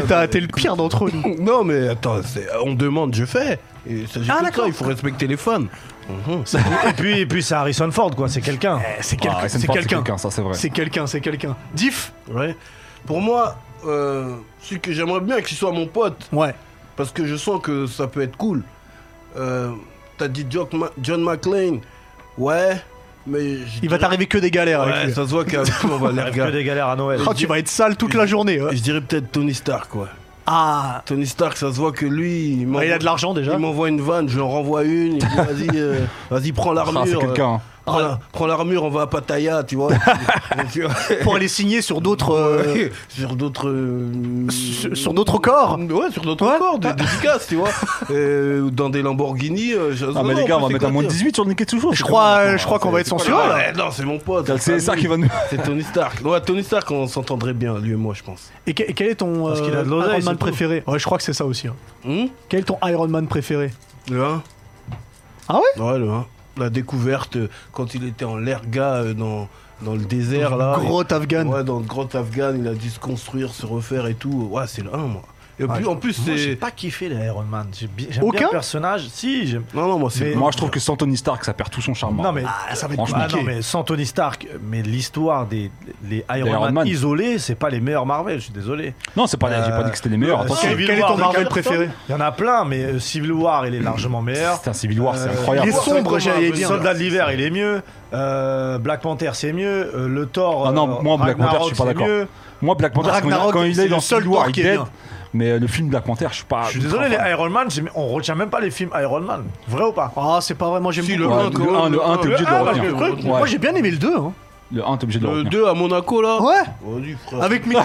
Speaker 1: T'as raté le pire d'entre eux. nous.
Speaker 3: non, mais attends, c'est- on demande, je fais. Et
Speaker 1: Ah,
Speaker 3: ça, j'ai fait ça,
Speaker 1: d'accord.
Speaker 3: il faut respecter les fans. Mhm.
Speaker 4: Et puis, et puis c'est Harrison Ford, quoi. C'est quelqu'un.
Speaker 1: Eh, C'est
Speaker 2: Ah,
Speaker 1: quelqu'un.
Speaker 2: Harrison
Speaker 1: C'est
Speaker 2: Ford,
Speaker 1: quelqu'un.
Speaker 2: ça c'est vrai.
Speaker 1: C'est quelqu'un, c'est quelqu'un. Diff
Speaker 3: Ouais. Pour moi, euh, celui que j'aimerais bien que ce soit mon pote,
Speaker 1: Ouais.
Speaker 3: parce que je sens que ça peut être cool. Euh, T'as dit John, Ma- John McClane. Ouais, mais. je
Speaker 1: Il va
Speaker 3: dirais-
Speaker 1: t'arriver que des galères
Speaker 3: Ouais,
Speaker 1: avec lui.
Speaker 3: ça se voit qu'avec lui, on va
Speaker 1: [LAUGHS]
Speaker 3: les
Speaker 4: Que
Speaker 3: regarder.
Speaker 4: des galères à Noël.
Speaker 1: Oh, tu vas être sale toute la journée. hein.
Speaker 3: Je dirais peut-être Tony Stark, quoi.
Speaker 1: Ah
Speaker 3: Tony Stark, ça se voit que lui, il,
Speaker 1: Ouais, Il a de l'argent déjà.
Speaker 3: Il m'envoie une vanne, je lui en renvoie une. Il dit vas-y, euh,
Speaker 2: [LAUGHS]
Speaker 3: vas-y, prends l'armure.
Speaker 2: Ah, c'est quelqu'un. hein.
Speaker 3: euh, prends la- Prends l'armure, on va à Pattaya,
Speaker 2: [LAUGHS]
Speaker 3: tu vois. Tu vois.
Speaker 1: Pour aller signer sur d'autres. euh,
Speaker 3: sur d'autres. euh,
Speaker 1: sur sur d'autres corps.
Speaker 3: Ouais, sur d'autres
Speaker 1: Ouais.
Speaker 3: corps, des dédicaces,
Speaker 2: [LAUGHS]
Speaker 3: tu vois. Euh, dans des Lamborghini. euh, je-
Speaker 2: Ah, mais
Speaker 3: non,
Speaker 2: les gars, on
Speaker 3: c'est
Speaker 2: va mettre un moins de
Speaker 3: quoi,
Speaker 2: 18 sur le Nikkei toujours.
Speaker 1: Je crois,
Speaker 2: c'est
Speaker 1: euh, je crois qu'on va être
Speaker 3: c'est-
Speaker 1: censuré.
Speaker 3: Ouais,
Speaker 1: là.
Speaker 3: Non, c'est mon pote.
Speaker 2: T'as le
Speaker 3: c'est
Speaker 2: CSA
Speaker 3: pas
Speaker 2: qui
Speaker 3: lui.
Speaker 2: va nous.
Speaker 3: C'est Tony Stark. Ouais, Tony Stark, on s'entendrait bien, lui et moi, je pense.
Speaker 1: Et que- et quel est ton euh,
Speaker 4: Parce qu'il a de l'oseille,
Speaker 1: Iron
Speaker 4: c'est
Speaker 1: Man
Speaker 4: tout.
Speaker 1: préféré Ouais, je crois que c'est ça aussi. hein.
Speaker 3: Hum
Speaker 1: Quel est ton Iron Man préféré
Speaker 3: Le 1
Speaker 1: Ah ouais
Speaker 3: Ouais, le 1. La découverte euh, quand il était en l'air gars euh, dans, dans le désert là.
Speaker 1: Grotte afghane.
Speaker 3: Ah Ouais, dans le grotte afghane, il a dû se construire, se refaire et tout. Ouais, c'est le 1 moi. Et puis, en plus
Speaker 4: Moi, j'ai
Speaker 3: c'est
Speaker 4: pas kiffé les Iron Man. J'ai bi- J'aime
Speaker 1: Aucun
Speaker 4: bien le personnage. Si, j'aime.
Speaker 3: Non non, moi
Speaker 4: Mais-
Speaker 3: c'est
Speaker 2: Moi je trouve que sans Tony Stark ça perd tout son charme.
Speaker 4: Non, mais.
Speaker 1: ça va être
Speaker 2: Franchement.
Speaker 4: Ah
Speaker 1: compliqué.
Speaker 4: non mais sans Tony Stark, mais l'histoire des les Iron,
Speaker 2: Iron
Speaker 4: Man,
Speaker 2: Man.
Speaker 4: isolés, c'est pas les meilleurs Marvel. Je suis désolé.
Speaker 2: Non, c'est pas, j'ai pas dit que c'était les meilleurs.
Speaker 4: euh,
Speaker 2: attention.
Speaker 1: Quel
Speaker 4: Civil
Speaker 1: quel est
Speaker 4: War
Speaker 1: ton
Speaker 4: de
Speaker 1: Marvel
Speaker 4: Carlton
Speaker 1: préféré
Speaker 4: Il y en a plein, mais euh, Civil War, il est largement meilleur. Euh,
Speaker 2: C'est un Civil War, c'est
Speaker 1: Il
Speaker 2: incroyable.
Speaker 1: est sombre, j'allais
Speaker 4: Le
Speaker 1: dire.
Speaker 4: Soldat de l'hiver, il est mieux. Euh, Black Panther, c'est mieux. Euh, le Thor.
Speaker 2: Ah non,
Speaker 4: euh,
Speaker 2: moi, Black Panther, je suis pas
Speaker 4: Ragnarok,
Speaker 2: d'accord.
Speaker 4: c'est mieux.
Speaker 2: Moi, Black Panther, quand il-
Speaker 1: Ragnarok,
Speaker 2: quand il
Speaker 1: c'est
Speaker 2: est dans
Speaker 1: le seul
Speaker 2: Civil War,
Speaker 1: Thor
Speaker 2: il
Speaker 1: qui est
Speaker 2: est dead.
Speaker 1: bien.
Speaker 2: Mais euh, le film Black Panther, je suis pas.
Speaker 4: Je
Speaker 1: Ah,
Speaker 4: suis désolé, les Iron Man, j'ai mis- on retient même pas les films Iron Man. Vrai ou pas
Speaker 1: Ah, c'est pas vrai, moi j'aime
Speaker 3: Si,
Speaker 1: beaucoup. Ah,
Speaker 3: le
Speaker 2: Ouais,
Speaker 3: un, quand
Speaker 2: le 1,
Speaker 3: même,
Speaker 2: le 1, t'es
Speaker 3: le
Speaker 2: obligé de le
Speaker 3: un, parce que le
Speaker 2: retenir.
Speaker 3: truc,
Speaker 2: Ouais.
Speaker 1: Moi j'ai bien aimé le 2. Hein.
Speaker 2: Le 1, t'es obligé de le
Speaker 3: le
Speaker 2: retenir.
Speaker 3: 2 à Monaco là.
Speaker 1: Ouais
Speaker 3: Oh. Vas-y, frère.
Speaker 1: Avec Mickey.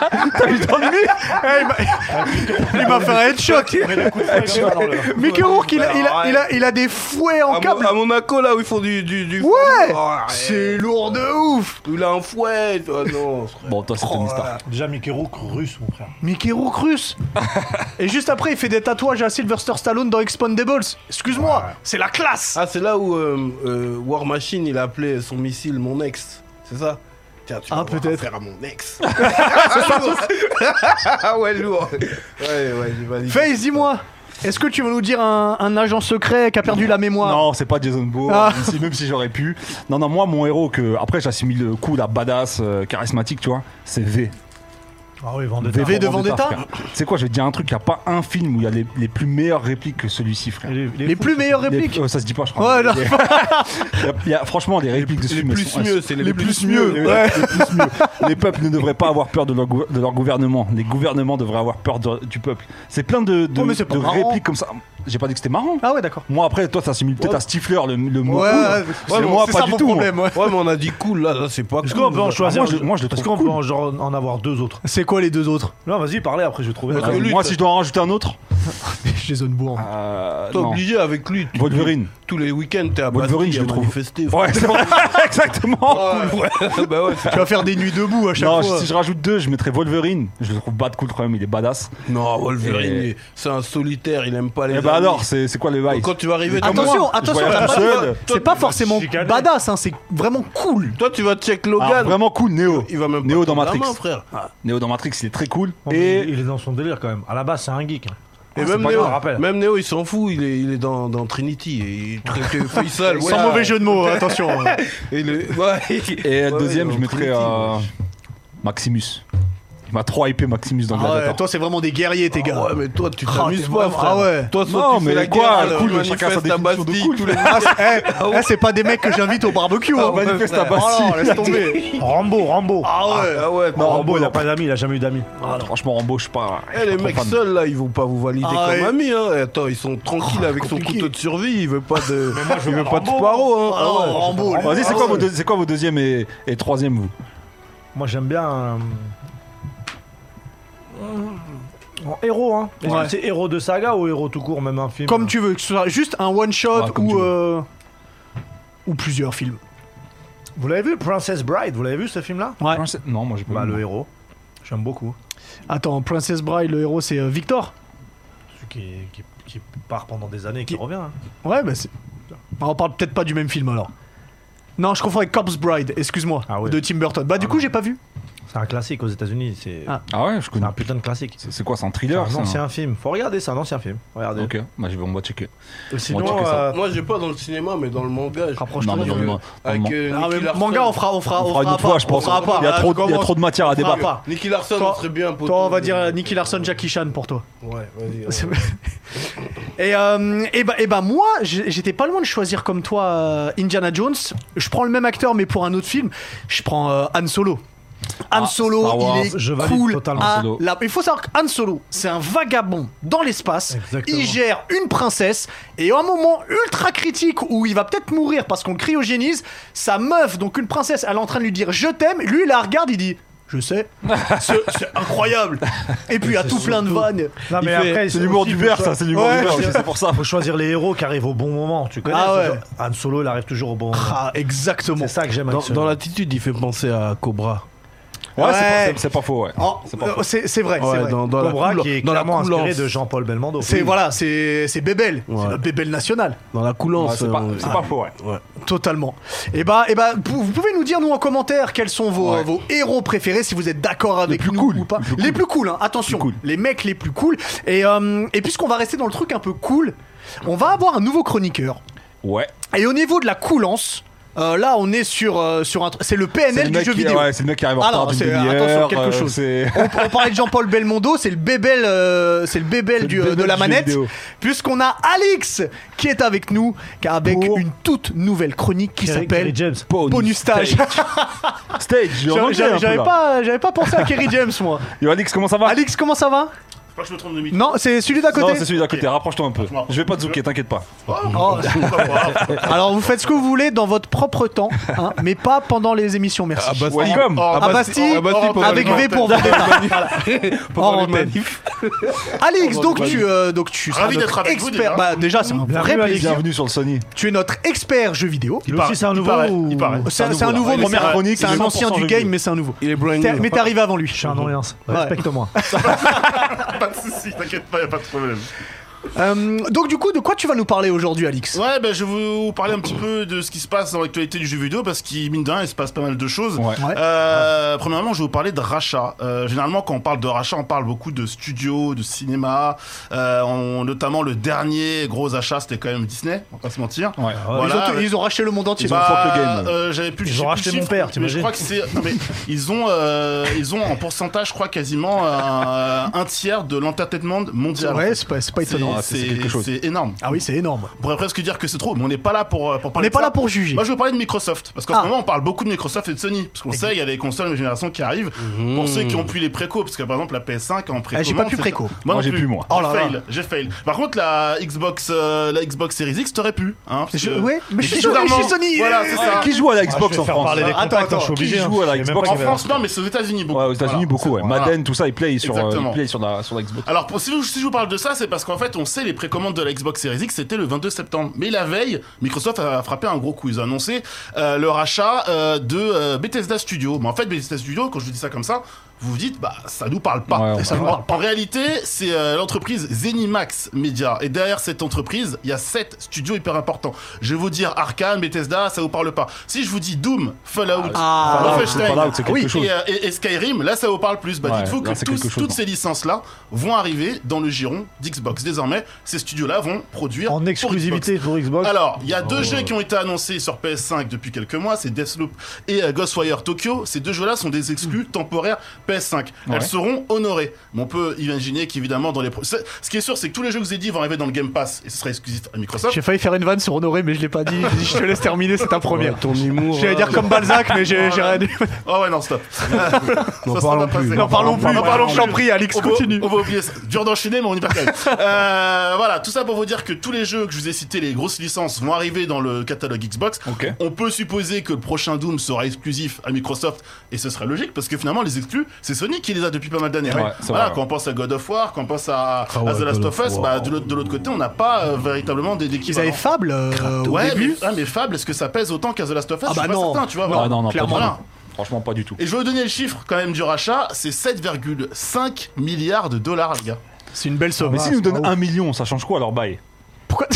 Speaker 1: Eh, il m'a- il m'a fait un headshot. [LAUGHS] Mickey Rourke, il a, il, a, il, a, il a des fouets en
Speaker 3: à, Mon-
Speaker 1: câble.
Speaker 3: à Monaco là où ils font du du, du
Speaker 1: Ouais
Speaker 3: Oh,
Speaker 1: C'est lourd de ouf.
Speaker 3: Il a un fouet. Ah non, frère.
Speaker 2: Bon, toi, c'est Tony Stark.
Speaker 4: Ah, Déjà, Mickey Rourke, russe, mon frère.
Speaker 1: Mickey Rourke russe. Et juste après, il fait des tatouages à Sylvester Stallone dans Expandables. Excuse-moi, c'est la classe.
Speaker 3: Ah, c'est là où euh, euh, War Machine il a appelé son missile mon ex, c'est ça Tiens, tu
Speaker 1: Ah,
Speaker 3: vas avoir
Speaker 1: peut-être.
Speaker 3: affaire à mon ex. Ah [LAUGHS] ouais, lourd. Ouais, ouais, j'ai validé.
Speaker 1: Face, dis-moi, est-ce que tu veux nous dire un, un agent secret qui a perdu Oh, la mémoire
Speaker 2: Non, c'est pas Jason Bourne,
Speaker 1: Ah.
Speaker 2: même si- même si j'aurais pu. Non, non, moi, mon héros, que après j'assimile le coup, la badass, euh, charismatique, tu vois, c'est V.
Speaker 4: Ah oui, Vendetta.
Speaker 2: V,
Speaker 1: V de
Speaker 2: pour
Speaker 1: Vendetta
Speaker 2: frère. C'est quoi, je vais te dire un truc, il n'y a pas un film où il y a les, les plus meilleures répliques que celui-ci, frère.
Speaker 4: Il est- il est
Speaker 1: Les
Speaker 4: fou.
Speaker 1: plus meilleures
Speaker 2: Les-
Speaker 1: répliques
Speaker 2: euh, ça se dit pas, je crois.
Speaker 1: Ouais, non.
Speaker 2: Les- [LAUGHS] Il y a- il y a- franchement, les répliques de ce
Speaker 3: Les
Speaker 2: film, elles
Speaker 3: plus
Speaker 2: sont- elles
Speaker 3: mieux,
Speaker 2: sont-
Speaker 3: c'est les,
Speaker 2: les plus mieux. Les, les plus mieux. Les peuples ne devraient pas avoir peur de leur, gou- de leur gouvernement. Les gouvernements devraient avoir peur de- du peuple. C'est plein de, de,
Speaker 1: Oh, mais c'est pas
Speaker 2: de
Speaker 1: marrant.
Speaker 2: répliques comme ça. J'ai pas dit que c'était marrant.
Speaker 1: Ah ouais, d'accord.
Speaker 2: Moi après, toi, t'assimiles peut-être
Speaker 3: Ouais.
Speaker 2: à Stifler le, le mot.
Speaker 1: Ouais,
Speaker 2: cool. Euh,
Speaker 1: ouais,
Speaker 2: C'est
Speaker 1: ouais,
Speaker 2: moi
Speaker 1: c'est
Speaker 2: pas
Speaker 1: ça
Speaker 2: du
Speaker 1: mon
Speaker 2: tout.
Speaker 1: problème, ouais.
Speaker 3: Ouais, mais on a dit cool là, là c'est pas
Speaker 4: Est-ce
Speaker 3: cool.
Speaker 4: qu'on peut en choisir
Speaker 2: moi, je- moi, je le
Speaker 4: Est-ce
Speaker 2: trouve
Speaker 4: qu'on peut
Speaker 2: cool.
Speaker 4: en, genre, en avoir deux autres [LAUGHS]
Speaker 1: C'est quoi les deux autres
Speaker 4: Non, vas-y, parlez, après je vais trouver.
Speaker 3: Parce que
Speaker 2: Euh,
Speaker 3: lui,
Speaker 2: moi,
Speaker 3: t'as-
Speaker 2: si je dois en rajouter un autre,
Speaker 1: Jason Bourne.
Speaker 2: euh,
Speaker 3: T'es
Speaker 2: non.
Speaker 3: obligé avec lui. Tu-
Speaker 2: Wolverine.
Speaker 3: Tous les week-ends, t'es à
Speaker 2: Wolverine,
Speaker 3: Bastille
Speaker 2: je le
Speaker 3: à
Speaker 2: trouve.
Speaker 3: manifester.
Speaker 2: Ouais, c'est
Speaker 3: [LAUGHS]
Speaker 2: vrai. [LAUGHS] Exactement.
Speaker 3: Ouais, [LAUGHS] bah ouais.
Speaker 1: Tu vas faire des nuits debout à chaque
Speaker 2: Non,
Speaker 1: fois.
Speaker 2: si je rajoute deux, je mettrais Wolverine. Je le trouve bad cool quand même, il est badass.
Speaker 3: Non, Wolverine,
Speaker 2: Et-
Speaker 3: il- c'est un solitaire, il aime pas les.
Speaker 2: Et bah
Speaker 3: amis.
Speaker 2: alors, c'est c'est quoi le vibe
Speaker 3: quand Ah, tu vas arriver comme
Speaker 1: Attention,
Speaker 3: moi,
Speaker 1: attention,
Speaker 2: voyage
Speaker 1: t'as
Speaker 2: tout
Speaker 1: pas-
Speaker 2: seul.
Speaker 1: c'est pas forcément
Speaker 4: chicaner.
Speaker 1: badass, hein, c'est vraiment cool.
Speaker 3: toi tu vas check
Speaker 2: Ah,
Speaker 3: Logan.
Speaker 2: vraiment cool, Neo.
Speaker 3: Il va même
Speaker 2: Neo
Speaker 3: pas
Speaker 2: dans
Speaker 3: prendre la
Speaker 2: Matrix.
Speaker 3: main, frère.
Speaker 1: Ah,
Speaker 2: Neo dans Matrix, il est très cool.
Speaker 4: Et il est dans son délire quand même. À la base, c'est un geek. hein.
Speaker 3: Et
Speaker 4: Ah, c'est
Speaker 3: même,
Speaker 4: pas
Speaker 3: Néo,
Speaker 4: grave, rappelle.
Speaker 3: même Néo, il s'en fout, il est, il est dans, dans Trinity. Et il traite
Speaker 1: [LAUGHS]
Speaker 3: que Faisal, ouais.
Speaker 1: Sans mauvais jeu de mots, hein, attention.
Speaker 3: [LAUGHS] Et le, ouais.
Speaker 2: Et euh,
Speaker 3: Ouais,
Speaker 2: deuxième,
Speaker 3: ouais,
Speaker 2: je
Speaker 3: dans
Speaker 2: mettrais
Speaker 3: Trinity,
Speaker 2: euh,
Speaker 3: wesh.
Speaker 2: Maximus. Il m'a trop hypé Maximus dans
Speaker 3: [LAUGHS]
Speaker 1: Ah
Speaker 2: Gladiator.
Speaker 1: ouais, toi, c'est vraiment des guerriers, tes gars.
Speaker 3: Ah ouais, mais toi, tu
Speaker 1: Ah,
Speaker 3: t'amuses
Speaker 1: t'es
Speaker 3: pas,
Speaker 1: vraiment-
Speaker 3: frère.
Speaker 1: ah ouais.
Speaker 3: Toi, soit
Speaker 2: Non,
Speaker 3: tu
Speaker 2: mais
Speaker 3: fais la
Speaker 2: quoi,
Speaker 3: guerre,
Speaker 2: cool,
Speaker 3: le
Speaker 2: chacun sa
Speaker 3: manifeste à
Speaker 2: définition de
Speaker 3: Bastille,
Speaker 2: cool.
Speaker 3: tous les
Speaker 1: Ah, c'est- eh, eh, c'est pas des mecs que j'invite au barbecue. hein.
Speaker 2: manifeste à
Speaker 1: Oh non, laisse tomber.
Speaker 4: Rambo, Rambo.
Speaker 1: Ah ouais.
Speaker 3: Ah ouais,
Speaker 4: Non,
Speaker 3: non.
Speaker 4: Rambo, il a pas d'amis, il a jamais eu d'amis.
Speaker 2: Franchement, Rambo, je suis pas. je
Speaker 3: Eh,
Speaker 2: suis
Speaker 3: les
Speaker 2: pas
Speaker 3: mecs
Speaker 2: fan.
Speaker 3: seuls là, ils vont pas vous valider
Speaker 1: Ah
Speaker 3: comme
Speaker 1: ouais.
Speaker 3: amis. Hein. Et Attends, ils sont tranquilles avec son couteau de survie. Il veut pas de, il veut pas de
Speaker 4: Rambo.
Speaker 3: paro. Hein.
Speaker 1: Ah non,
Speaker 3: ouais.
Speaker 1: Rambo. lui.
Speaker 2: Vas-y, c'est quoi, vos deux- c'est quoi vos deuxième et, et troisième, vous
Speaker 4: Moi, j'aime bien. euh, En héros, hein. Est-ce
Speaker 1: Ouais.
Speaker 4: que c'est héros de saga ou héros tout court, même un film
Speaker 1: Comme tu veux, que ce soit juste un one shot
Speaker 2: Ouais, comme tu
Speaker 1: ou
Speaker 2: veux.
Speaker 1: euh, ou plusieurs films.
Speaker 4: Vous l'avez vu, Princess Bride, vous l'avez vu ce film-là
Speaker 1: Ouais.
Speaker 2: Ah, Non, moi j'ai pas
Speaker 4: Bah,
Speaker 2: vu.
Speaker 4: le héros. J'aime beaucoup.
Speaker 1: Attends, Princess Bride, le héros, c'est euh, Victor.
Speaker 4: Celui qui, qui- qui part pendant des années et qui,
Speaker 1: Qui-
Speaker 4: revient. hein.
Speaker 1: Ouais, bah c'est. On parle peut-être pas du même film alors. Non, je confonds avec Corpse Bride, excuse-moi,
Speaker 4: Ah ouais.
Speaker 1: de Tim Burton. Bah, du coup, j'ai pas vu.
Speaker 4: C'est un classique aux États-Unis. C'est
Speaker 1: Ah.
Speaker 2: Ah ouais, je
Speaker 4: c'est
Speaker 2: connais.
Speaker 4: un putain de classique.
Speaker 2: C'est c'est quoi, c'est un
Speaker 4: C'est
Speaker 2: thriller
Speaker 4: un
Speaker 2: ça
Speaker 4: ancien film. Faut regarder, c'est un ancien film. Regardez.
Speaker 2: Ok, bah, je vais- on va checker.
Speaker 4: Sinon,
Speaker 2: Bon, checker ça.
Speaker 4: euh,
Speaker 9: Moi, j'ai pas dans le cinéma, mais dans le manga. je-
Speaker 4: rapproche-toi.
Speaker 2: Non, mais
Speaker 4: de-
Speaker 2: on
Speaker 9: euh,
Speaker 2: demande-
Speaker 9: Avec
Speaker 2: on
Speaker 9: euh,
Speaker 1: Ah,
Speaker 9: Nicky
Speaker 1: mais
Speaker 9: Larson.
Speaker 1: manga, on fera, on fera,
Speaker 2: On
Speaker 1: on
Speaker 2: fera une autre
Speaker 1: pas,
Speaker 2: fois, je
Speaker 1: on
Speaker 2: pense.
Speaker 1: fera pas.
Speaker 2: Il y a
Speaker 1: Là,
Speaker 2: trop,
Speaker 1: je
Speaker 2: de- il y a
Speaker 1: commence-
Speaker 2: trop de matière à
Speaker 1: fera
Speaker 2: débattre.
Speaker 1: pas.
Speaker 9: Nicky Larson
Speaker 1: Toi-
Speaker 9: serait bien pour.
Speaker 1: Toi, on va dire euh, Nicky Larson, Jackie Chan pour toi.
Speaker 9: Ouais, vas-y. ouais.
Speaker 1: [LAUGHS] Et, euh, et, bah, et bah moi, j'ai- j'étais pas loin de choisir comme toi euh, Indiana Jones. Je prends le même acteur, mais pour un autre film, je prends euh, Han Solo. Han
Speaker 2: Ah,
Speaker 1: Solo,
Speaker 2: Star Wars,
Speaker 1: il est
Speaker 4: je valide
Speaker 1: cool.
Speaker 4: totalement.
Speaker 1: à
Speaker 2: Han Solo.
Speaker 1: la- Il faut savoir que Han Solo, c'est un vagabond dans l'espace.
Speaker 4: Exactement.
Speaker 1: Il gère une princesse et à un moment ultra critique où il va peut-être mourir parce qu'on le cryogénise, sa meuf, donc une princesse, elle est en train de lui dire je t'aime. Lui, il la regarde, il dit je sais. C'est c'est incroyable. Et puis à tout plein de vannes.
Speaker 4: Non, mais
Speaker 2: Il fait-
Speaker 4: après,
Speaker 2: C'est l'humour
Speaker 4: aussi
Speaker 2: du
Speaker 4: pour
Speaker 2: verre,
Speaker 4: ça-
Speaker 2: ça, c'est l'humour
Speaker 1: Ouais,
Speaker 2: du verre,
Speaker 1: je-
Speaker 2: ok, c'est pour ça.
Speaker 4: Faut choisir les héros qui arrivent au bon moment, tu connais
Speaker 1: Ah
Speaker 4: ce
Speaker 1: ouais.
Speaker 4: genre- Han Solo, il arrive toujours au bon moment.
Speaker 1: Ah, exactement.
Speaker 4: C'est ça que j'aime
Speaker 9: Dans,
Speaker 4: avec ce
Speaker 9: dans
Speaker 4: film.
Speaker 9: l'attitude, il fait penser à Cobra.
Speaker 2: Ouais,
Speaker 1: Ouais.
Speaker 2: c'est pas- c'est pas faux, ouais.
Speaker 1: Oh,
Speaker 2: C'est pas
Speaker 1: euh,
Speaker 2: faux.
Speaker 1: C'est c'est vrai, c'est
Speaker 9: Ouais,
Speaker 1: vrai.
Speaker 9: dans, dans la
Speaker 4: Cobra
Speaker 9: couleur-
Speaker 4: qui est
Speaker 9: dans la
Speaker 4: clairement inspiré
Speaker 9: coulance.
Speaker 4: de Jean-Paul Belmondo.
Speaker 1: C'est voilà, c'est c'est Bébel,
Speaker 9: Ouais.
Speaker 1: c'est notre Bébel national,
Speaker 9: Dans la
Speaker 2: Ouais,
Speaker 9: coulance.
Speaker 2: C'est pas,
Speaker 9: euh,
Speaker 2: c'est pas faux, ouais.
Speaker 1: totalement. Et bah, et bah, pou- vous pouvez nous dire nous en commentaire quels sont vos,
Speaker 2: Ouais.
Speaker 1: vos héros préférés, si vous êtes d'accord avec
Speaker 2: plus
Speaker 1: nous
Speaker 2: cool,
Speaker 1: ou pas.
Speaker 2: les plus cool.
Speaker 1: Les plus cool, hein, attention,
Speaker 2: Les plus cool.
Speaker 1: les mecs les plus cool. Et euh, et puisqu'on va rester dans le truc un peu cool, on va avoir un nouveau chroniqueur.
Speaker 2: Ouais.
Speaker 1: Et au niveau de la coolance, euh, là on est sur euh, sur un, tr- c'est le
Speaker 2: C'est le,
Speaker 1: PNL du
Speaker 2: mec
Speaker 1: jeu
Speaker 2: qui-
Speaker 1: vidéo.
Speaker 2: ouais, c'est le mec qui arrive en
Speaker 1: Ah
Speaker 2: retard
Speaker 1: non,
Speaker 2: d'une
Speaker 1: c'est-
Speaker 2: demi-heure.
Speaker 1: attention, quelque
Speaker 2: euh,
Speaker 1: chose.
Speaker 2: c'est-
Speaker 1: on, on parlait de Jean-Paul Belmondo, c'est le bébel, euh, c'est le bébel,
Speaker 2: le
Speaker 1: du, euh,
Speaker 2: bébel
Speaker 1: de la
Speaker 2: du jeu
Speaker 1: manette,
Speaker 2: vidéo.
Speaker 1: puisqu'on a Alix qui est avec nous, qui a- avec
Speaker 2: Pour-
Speaker 1: une toute nouvelle chronique qui
Speaker 4: Kerry-
Speaker 1: s'appelle
Speaker 4: Kerry James.
Speaker 2: Bonus
Speaker 1: Bonus Stage.
Speaker 2: Stage, j'ai
Speaker 1: J'avais-
Speaker 2: envie
Speaker 1: J'avais j'avais pas, j'avais pas pensé à Kerry James
Speaker 2: [LAUGHS]
Speaker 1: moi.
Speaker 2: Yo, Alex, comment ça va
Speaker 1: Alix, comment ça va
Speaker 3: Je crois que je me trompe de micro.
Speaker 1: Non, c'est celui d'à
Speaker 2: Ah. Non,
Speaker 1: côté.
Speaker 2: c'est celui d'à côté, rapproche-toi un peu. Je vais pas te zouker, t'inquiète pas.
Speaker 1: Oh. Alors vous faites ce que vous voulez dans votre propre temps, hein, mais pas pendant les émissions,
Speaker 2: Ah,
Speaker 1: merci.
Speaker 2: bah, Welcome
Speaker 3: Oh,
Speaker 1: À Bastille,
Speaker 3: à Bastille pendant
Speaker 1: avec
Speaker 3: les
Speaker 1: V pour Vendetta. Voilà. Hors antenne. Alex,
Speaker 3: Pendant
Speaker 1: donc
Speaker 3: les
Speaker 1: tu, euh, donc tu seras
Speaker 3: Ravi
Speaker 1: notre
Speaker 3: d'être avec vous,
Speaker 1: expert.
Speaker 3: déjà.
Speaker 1: Bah déjà, c'est un vrai
Speaker 4: Bienvenue, Alex.
Speaker 1: plaisir.
Speaker 2: Bienvenue sur le Sony.
Speaker 1: Tu es notre expert jeu vidéo.
Speaker 4: Lui aussi, c'est un
Speaker 3: il
Speaker 4: nouveau.
Speaker 3: paraît,
Speaker 4: ou-
Speaker 3: il paraît.
Speaker 1: C'est un, c'est un nouveau.
Speaker 2: nouveau. Ouais,
Speaker 1: mais
Speaker 2: première
Speaker 1: c'est un-
Speaker 2: chronique,
Speaker 1: C'est un
Speaker 2: 100%
Speaker 1: ancien du
Speaker 2: jeu
Speaker 1: game,
Speaker 2: vidéo.
Speaker 1: mais c'est un nouveau.
Speaker 9: Il est brand
Speaker 1: T'es-
Speaker 9: new.
Speaker 1: Mais t'es arrivé avant lui.
Speaker 4: Je suis un doléance. Respecte-moi.
Speaker 3: Pas de soucis, t'inquiète pas, y a pas de problème.
Speaker 1: Euh, donc du coup, de quoi tu vas nous parler aujourd'hui, Alix
Speaker 3: Ouais, ben je vais vous parler un petit peu de ce qui se passe dans l'actualité du jeu vidéo parce qu'il, mine de rien, il se passe pas mal de choses.
Speaker 2: Ouais.
Speaker 1: Ouais.
Speaker 3: Euh, Premièrement, je vais vous parler de rachat. Euh, généralement, quand on parle de rachat, on parle beaucoup de studios, de cinéma. Euh, on- notamment, le dernier gros achat, c'était quand même Disney, on va pas se mentir.
Speaker 2: Ouais.
Speaker 1: ils,
Speaker 3: Voilà. bah,
Speaker 1: ont, ils ont racheté le monde entier.
Speaker 2: Ils ont fuck the game.
Speaker 3: euh, j'avais plus,
Speaker 4: Ils
Speaker 3: je sais
Speaker 4: ont
Speaker 3: plus
Speaker 4: racheté
Speaker 3: le
Speaker 4: mon
Speaker 3: chiffre,
Speaker 4: père,
Speaker 3: mais je
Speaker 4: t'imagines
Speaker 3: crois que c'est. non, mais ils ont, euh, ils ont en pourcentage, je crois quasiment euh, un tiers de l'entertainment mondial.
Speaker 1: Ouais, c'est pas, c'est pas étonnant.
Speaker 2: Ah, c'est- c'est quelque chose.
Speaker 3: c'est énorme.
Speaker 1: Ah oui, c'est énorme.
Speaker 3: On pourrait presque dire que c'est trop, mais on n'est pas là pour, euh, pour
Speaker 1: On
Speaker 3: parler.
Speaker 1: n'est
Speaker 3: de
Speaker 1: pas
Speaker 3: ça.
Speaker 1: là pour juger.
Speaker 3: Moi, je veux parler de Microsoft parce qu'en
Speaker 1: Ah.
Speaker 3: ce moment, on parle beaucoup de Microsoft et de Sony parce qu'on sait il y a des consoles de génération qui arrivent.
Speaker 2: Mhm.
Speaker 3: Pour ceux qui ont pu les préco, parce que par exemple la PS5 en préco.
Speaker 1: Ah, j'ai pas pu préco.
Speaker 3: Moi, non
Speaker 2: j'ai
Speaker 3: plus.
Speaker 2: pu, moi.
Speaker 1: Oh là là.
Speaker 3: J'ai fail, j'ai fail. Par contre, la Xbox, euh, la Xbox Series X, t'aurais pu. Hein, parce
Speaker 1: Je-
Speaker 3: que-
Speaker 1: ouais, mais je suis
Speaker 3: bizarrement-
Speaker 1: je suis Sony,
Speaker 3: Voilà,
Speaker 1: euh,
Speaker 3: c'est ça.
Speaker 2: Qui joue à la Xbox en France
Speaker 1: Attends, attends,
Speaker 4: je suis obligé.
Speaker 2: qui
Speaker 4: hein.
Speaker 2: joue à la
Speaker 4: Je sais même
Speaker 2: Xbox
Speaker 4: pas
Speaker 3: En
Speaker 4: qui va-
Speaker 3: France, non, mais c'est aux États-Unis beaucoup.
Speaker 2: Ouais, aux États-Unis
Speaker 3: Voilà.
Speaker 2: beaucoup, ouais.
Speaker 3: Voilà.
Speaker 2: Madden, tout ça, ils play sur, euh,
Speaker 3: Exactement.
Speaker 2: ils play sur la, sur la Xbox.
Speaker 3: Alors, pour, si, vous- si je vous parle de ça, c'est parce qu'en fait, on sait les précommandes de la Xbox Series X, c'était le 22 septembre. Mais la veille, Microsoft a frappé un gros coup. Ils ont annoncé euh, le rachat euh, de euh, Bethesda Studio. Mais en fait, Bethesda Studio, quand je vous dis ça comme ça, vous vous dites, bah, ça nous parle pas.
Speaker 2: Ouais, on
Speaker 3: ça
Speaker 2: parle
Speaker 3: nous parle pas. En réalité, c'est euh, l'entreprise Zenimax Media. Et derrière cette entreprise, il y a sept studios hyper importants. Je vais vous dire Arkane, Bethesda, ça vous parle pas. Si je vous dis Doom, Fallout,
Speaker 1: Ah,
Speaker 3: Wolfenstein,
Speaker 2: Fallout, c'est quelque
Speaker 3: oui,
Speaker 2: chose.
Speaker 3: et, euh, et- et Skyrim, là, ça vous parle plus. Bah,
Speaker 2: Ouais,
Speaker 3: dites-vous que
Speaker 2: là, c'est
Speaker 3: tous-
Speaker 2: quelque chose, hein.
Speaker 3: toutes
Speaker 2: non.
Speaker 3: ces licences-là vont arriver dans le giron d'Xbox. Désormais, ces studios-là vont produire
Speaker 4: En
Speaker 3: pour
Speaker 4: exclusivité pour
Speaker 3: Xbox.
Speaker 4: Xbox.
Speaker 3: Alors, il y a deux jeux qui ont été annoncés sur PS5 depuis quelques mois, c'est Deathloop et euh, Ghostwire Tokyo. Ces deux jeux-là sont des exclus temporaires PS5.
Speaker 2: Ouais.
Speaker 3: Elles seront honorées. Mais on peut imaginer qu'évidemment, dans les... pro- C'est- Ce qui est sûr, c'est que tous les jeux que je vous ai dit vont arriver dans le Game Pass et ce sera exclusif à Microsoft.
Speaker 1: J'ai failli faire une vanne sur Honoré, mais je l'ai pas dit. J'ai dit, je te laisse terminer, c'est ta première.
Speaker 9: Ton humour.
Speaker 1: J'allais dire comme Balzac, mais j'ai j'ai rien dit.
Speaker 3: Oh ouais, non, stop.
Speaker 9: N'en
Speaker 3: Ça
Speaker 9: parlons
Speaker 3: sera pas
Speaker 9: plus,
Speaker 3: passé.
Speaker 9: n'en
Speaker 1: N'en parlons plus.
Speaker 3: N'en parlons
Speaker 1: Je t'en prie, Alix,
Speaker 3: on va-
Speaker 1: continue.
Speaker 3: On va oublier ça. Dur d'enchaîner, mais on y va quand même. Euh, voilà, tout ça pour vous dire que tous les jeux que je vous ai cités, les grosses licences, vont arriver dans le catalogue Xbox.
Speaker 2: Ok.
Speaker 3: On peut supposer que le prochain Doom sera exclusif à Microsoft, et ce serait logique, parce que finalement, les exclus, c'est Sony qui les a depuis pas mal d'années. hein.
Speaker 2: Ouais, c'est
Speaker 3: voilà,
Speaker 2: vrai, ouais.
Speaker 3: quand on pense à God of War, quand on pense à, à
Speaker 10: ouais,
Speaker 3: The Last
Speaker 10: God
Speaker 3: of
Speaker 10: of
Speaker 3: Us,
Speaker 10: War.
Speaker 3: bah, de l'autre de l'autre côté, on n'a pas euh, véritablement des des
Speaker 1: Ils avaient Fable euh, au
Speaker 3: Ouais, mais,
Speaker 1: début.
Speaker 3: ah, mais Fable, est-ce que ça pèse autant qu'à The Last of Us
Speaker 1: Ah
Speaker 3: Je suis
Speaker 1: bah
Speaker 3: pas
Speaker 1: non.
Speaker 3: certain, tu vois.
Speaker 1: Non,
Speaker 3: voilà.
Speaker 2: non, non,
Speaker 1: clairement.
Speaker 2: pas du tout.
Speaker 3: Voilà.
Speaker 2: Franchement, pas du tout.
Speaker 3: Et je vais vous donner le chiffre quand même du rachat, c'est 7,5 milliards de dollars, les gars.
Speaker 1: C'est une belle somme.
Speaker 2: Mais Ah, s'ils nous donnent un million, ça change quoi leur bail
Speaker 1: Pourquoi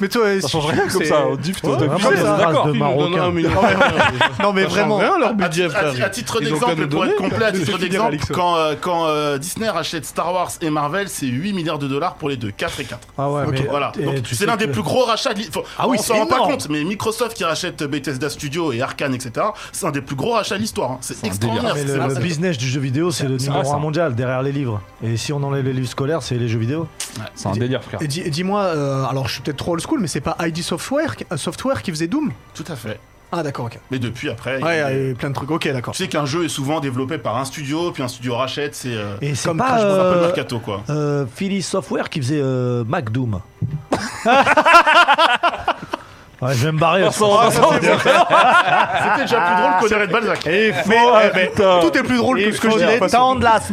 Speaker 1: Mais toi,
Speaker 2: Ça change rien comme ça. au diff, t'as-
Speaker 1: Ouais,
Speaker 2: t'as
Speaker 1: ouais,
Speaker 2: vu,
Speaker 1: ouais,
Speaker 2: c'est
Speaker 1: ça.
Speaker 2: d'accord.
Speaker 4: de Marocain.
Speaker 1: [LAUGHS] Non, mais vraiment.
Speaker 11: rien leur budget
Speaker 3: À,
Speaker 11: frère.
Speaker 3: ti- à titre
Speaker 11: Ils ont qu'à
Speaker 3: d'exemple,
Speaker 11: nous
Speaker 3: pour
Speaker 11: donner.
Speaker 3: être complet, [LAUGHS] à titre
Speaker 1: finir,
Speaker 3: d'exemple,
Speaker 1: Alex.
Speaker 3: quand, euh, quand euh, Disney rachète Star Wars et Marvel, c'est 8 milliards de dollars pour les deux, 4 et 4.
Speaker 4: Ah ouais, mais-
Speaker 3: Voilà.
Speaker 4: et
Speaker 3: Donc,
Speaker 4: tu
Speaker 3: c'est
Speaker 4: sais
Speaker 3: l'un des
Speaker 4: que-
Speaker 3: plus gros rachats. de l'hi- Faut-
Speaker 1: Ah oui,
Speaker 3: on
Speaker 1: c'est
Speaker 3: s'en rend pas
Speaker 1: énorme.
Speaker 3: compte, mais Microsoft qui rachète Bethesda Studio et Arkane, etc., c'est un des plus gros rachats de l'histoire. hein. C'est
Speaker 2: un
Speaker 3: extraordinaire.
Speaker 4: Mais
Speaker 3: C'est
Speaker 4: le, le
Speaker 3: c'est-
Speaker 4: business du jeu vidéo, c'est le
Speaker 2: c'est
Speaker 4: numéro
Speaker 2: vrai, ça.
Speaker 4: un mondial derrière les livres. Et si on enlève les livres scolaires, c'est les jeux vidéo.
Speaker 2: C'est un délire, frère.
Speaker 1: Et dis- et dis-moi, euh, alors je suis peut-être trop old school, mais c'est pas ID Software, qui- euh, Software qui faisait Doom
Speaker 3: Tout à fait.
Speaker 1: Ah d'accord, ok.
Speaker 3: Mais depuis, après.
Speaker 1: Ouais,
Speaker 3: il-
Speaker 1: il y a eu plein de trucs, ok, d'accord.
Speaker 3: Tu sais qu'un jeu est souvent développé par un studio, puis un studio rachète, c'est. euh,
Speaker 4: Et c'est
Speaker 1: Comme
Speaker 4: pas
Speaker 1: Crash Bandicoot,
Speaker 3: un peu le
Speaker 4: euh,
Speaker 3: mercato, quoi.
Speaker 4: euh, Philly Software qui faisait euh, Mac [LAUGHS] Doom. ouais, je vais me barrer.
Speaker 3: C'était déjà plus drôle que Red Balzac.
Speaker 1: Mais, eh, mais tout est plus drôle que ce que je
Speaker 2: hein,
Speaker 1: disais.
Speaker 4: de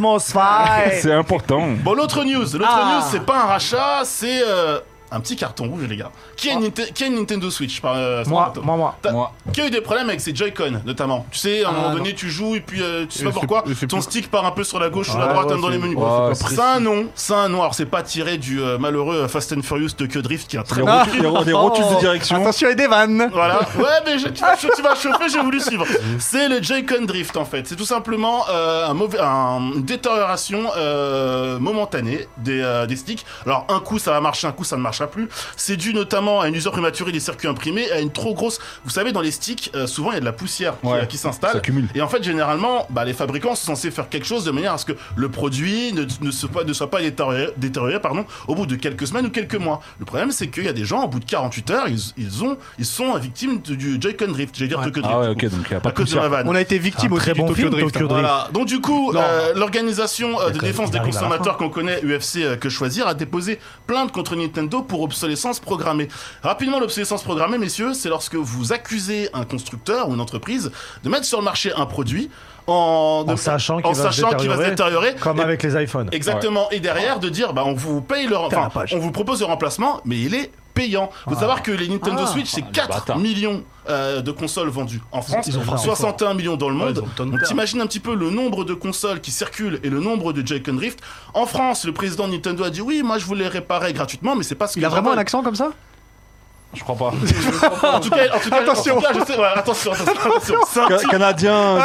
Speaker 2: [LAUGHS]
Speaker 4: l'atmosphère.
Speaker 2: C'est important.
Speaker 3: Bon, l'autre news, l'autre
Speaker 4: Ah.
Speaker 3: news, c'est pas un rachat, c'est euh, un petit carton rouge, les gars. Qui a
Speaker 11: Ah.
Speaker 3: une, Ninte- qui a une Nintendo Switch par, euh,
Speaker 4: Moi,
Speaker 3: smartphone
Speaker 4: moi, moi.
Speaker 3: T'as-
Speaker 2: Moi.
Speaker 3: Qui a eu des problèmes avec ses Joy-Con, notamment Tu sais,
Speaker 11: Ah,
Speaker 3: à un moment donné, tu joues et puis euh, tu sais pas
Speaker 11: c'est-
Speaker 3: pourquoi,
Speaker 11: et c'est
Speaker 3: ton
Speaker 11: plus-
Speaker 3: stick part un peu sur la gauche ou la
Speaker 11: Ouais,
Speaker 3: droite,
Speaker 11: ouais,
Speaker 3: hein, dans les
Speaker 11: c'est-
Speaker 3: menus.
Speaker 11: ouais, c'est pas
Speaker 3: c'est un nom, c'est un nom. Alors, c'est pas tiré du euh, malheureux Fast and Furious Tokyo Drift qui est un très
Speaker 2: Les
Speaker 3: bon
Speaker 2: rotus-
Speaker 3: film.
Speaker 2: les ro- les rotus de direction.
Speaker 1: Attention, il y a des vannes
Speaker 3: Voilà. Ouais, mais je- tu, vas, tu vas chauffer, j'ai voulu suivre. C'est le Joy-Con Drift, en fait. C'est tout simplement euh, un mauvais, un- une détérioration euh, momentanée des, euh, des sticks. Alors, un coup, ça va marcher, un coup, ça ne marchera plus. C'est dû notamment à une usure prématurée des circuits imprimés, à une trop grosse... Vous savez, dans les sticks, euh, souvent, il y a de la poussière qui-
Speaker 2: Ouais.
Speaker 3: qui, s'installe.
Speaker 2: Ça cumule.
Speaker 3: Et en fait, généralement, bah, les fabricants sont censés faire quelque chose de manière à ce que le produit ne, ne soit pas, ne soit pas détérioré, détérioré, pardon, au bout de quelques semaines ou quelques mois. Le problème, c'est qu'il y a des gens, au bout de 48 heures, ils, ils, ont, ils sont victimes de- du Joy-Con Drift. J'allais dire Tokyo
Speaker 2: Ah ouais,
Speaker 3: Drift. du
Speaker 2: ok, donc il n'y a
Speaker 3: coup,
Speaker 2: pas
Speaker 3: à
Speaker 2: de
Speaker 3: cause de
Speaker 2: poussière.
Speaker 3: ma vanne.
Speaker 1: On a été victime
Speaker 4: C'est un
Speaker 1: aussi
Speaker 4: très
Speaker 1: du
Speaker 4: bon
Speaker 1: Tokyo
Speaker 4: film,
Speaker 1: Drift.
Speaker 4: Tokyo
Speaker 1: hein.
Speaker 4: Drift.
Speaker 3: Voilà. Donc du coup,
Speaker 1: Non.
Speaker 3: euh, l'organisation euh, de défense des
Speaker 4: arrive à la
Speaker 3: consommateurs qu'on connaît, UFC euh, que choisir, a déposé plainte contre Nintendo pour obsolescence programmée. Rapidement, l'obsolescence programmée, messieurs, c'est lorsque vous accusez un constructeur ou une entreprise de mettre sur le marché un produit en, de-
Speaker 4: En sachant qu'il
Speaker 3: en
Speaker 4: va, se
Speaker 3: sachant qu'il va se détériorer.
Speaker 4: Comme
Speaker 3: Et-
Speaker 4: avec les iPhones.
Speaker 3: Exactement. Et derrière, de dire, bah, on vous paye leur,
Speaker 4: T'as la
Speaker 3: enfin,
Speaker 4: page.
Speaker 3: on vous propose le remplacement, mais il est payant. Faut savoir que les Nintendo Switch, c'est
Speaker 2: les
Speaker 3: 4
Speaker 2: bâtards.
Speaker 3: millions euh, de consoles vendues en France,
Speaker 4: Ils ont fait un
Speaker 3: 61 millions dans le monde.
Speaker 11: ils ont une tonne de
Speaker 3: Donc
Speaker 11: pertes.
Speaker 3: t'imagines un petit peu le nombre de consoles qui circulent et le nombre de Joy-Con Drift. En France, le président de Nintendo a dit oui, moi je voulais réparer gratuitement, mais c'est pas ce que
Speaker 1: Il a
Speaker 3: je
Speaker 1: vraiment un
Speaker 3: veux.
Speaker 1: accent comme ça
Speaker 2: Je crois pas.
Speaker 3: En tout cas, en tout cas,
Speaker 1: Attention.
Speaker 3: en tout cas, je sais, ouais, attention, attention, attention. C'est un
Speaker 2: Ca-
Speaker 1: Euh,
Speaker 3: petit-
Speaker 2: Canadien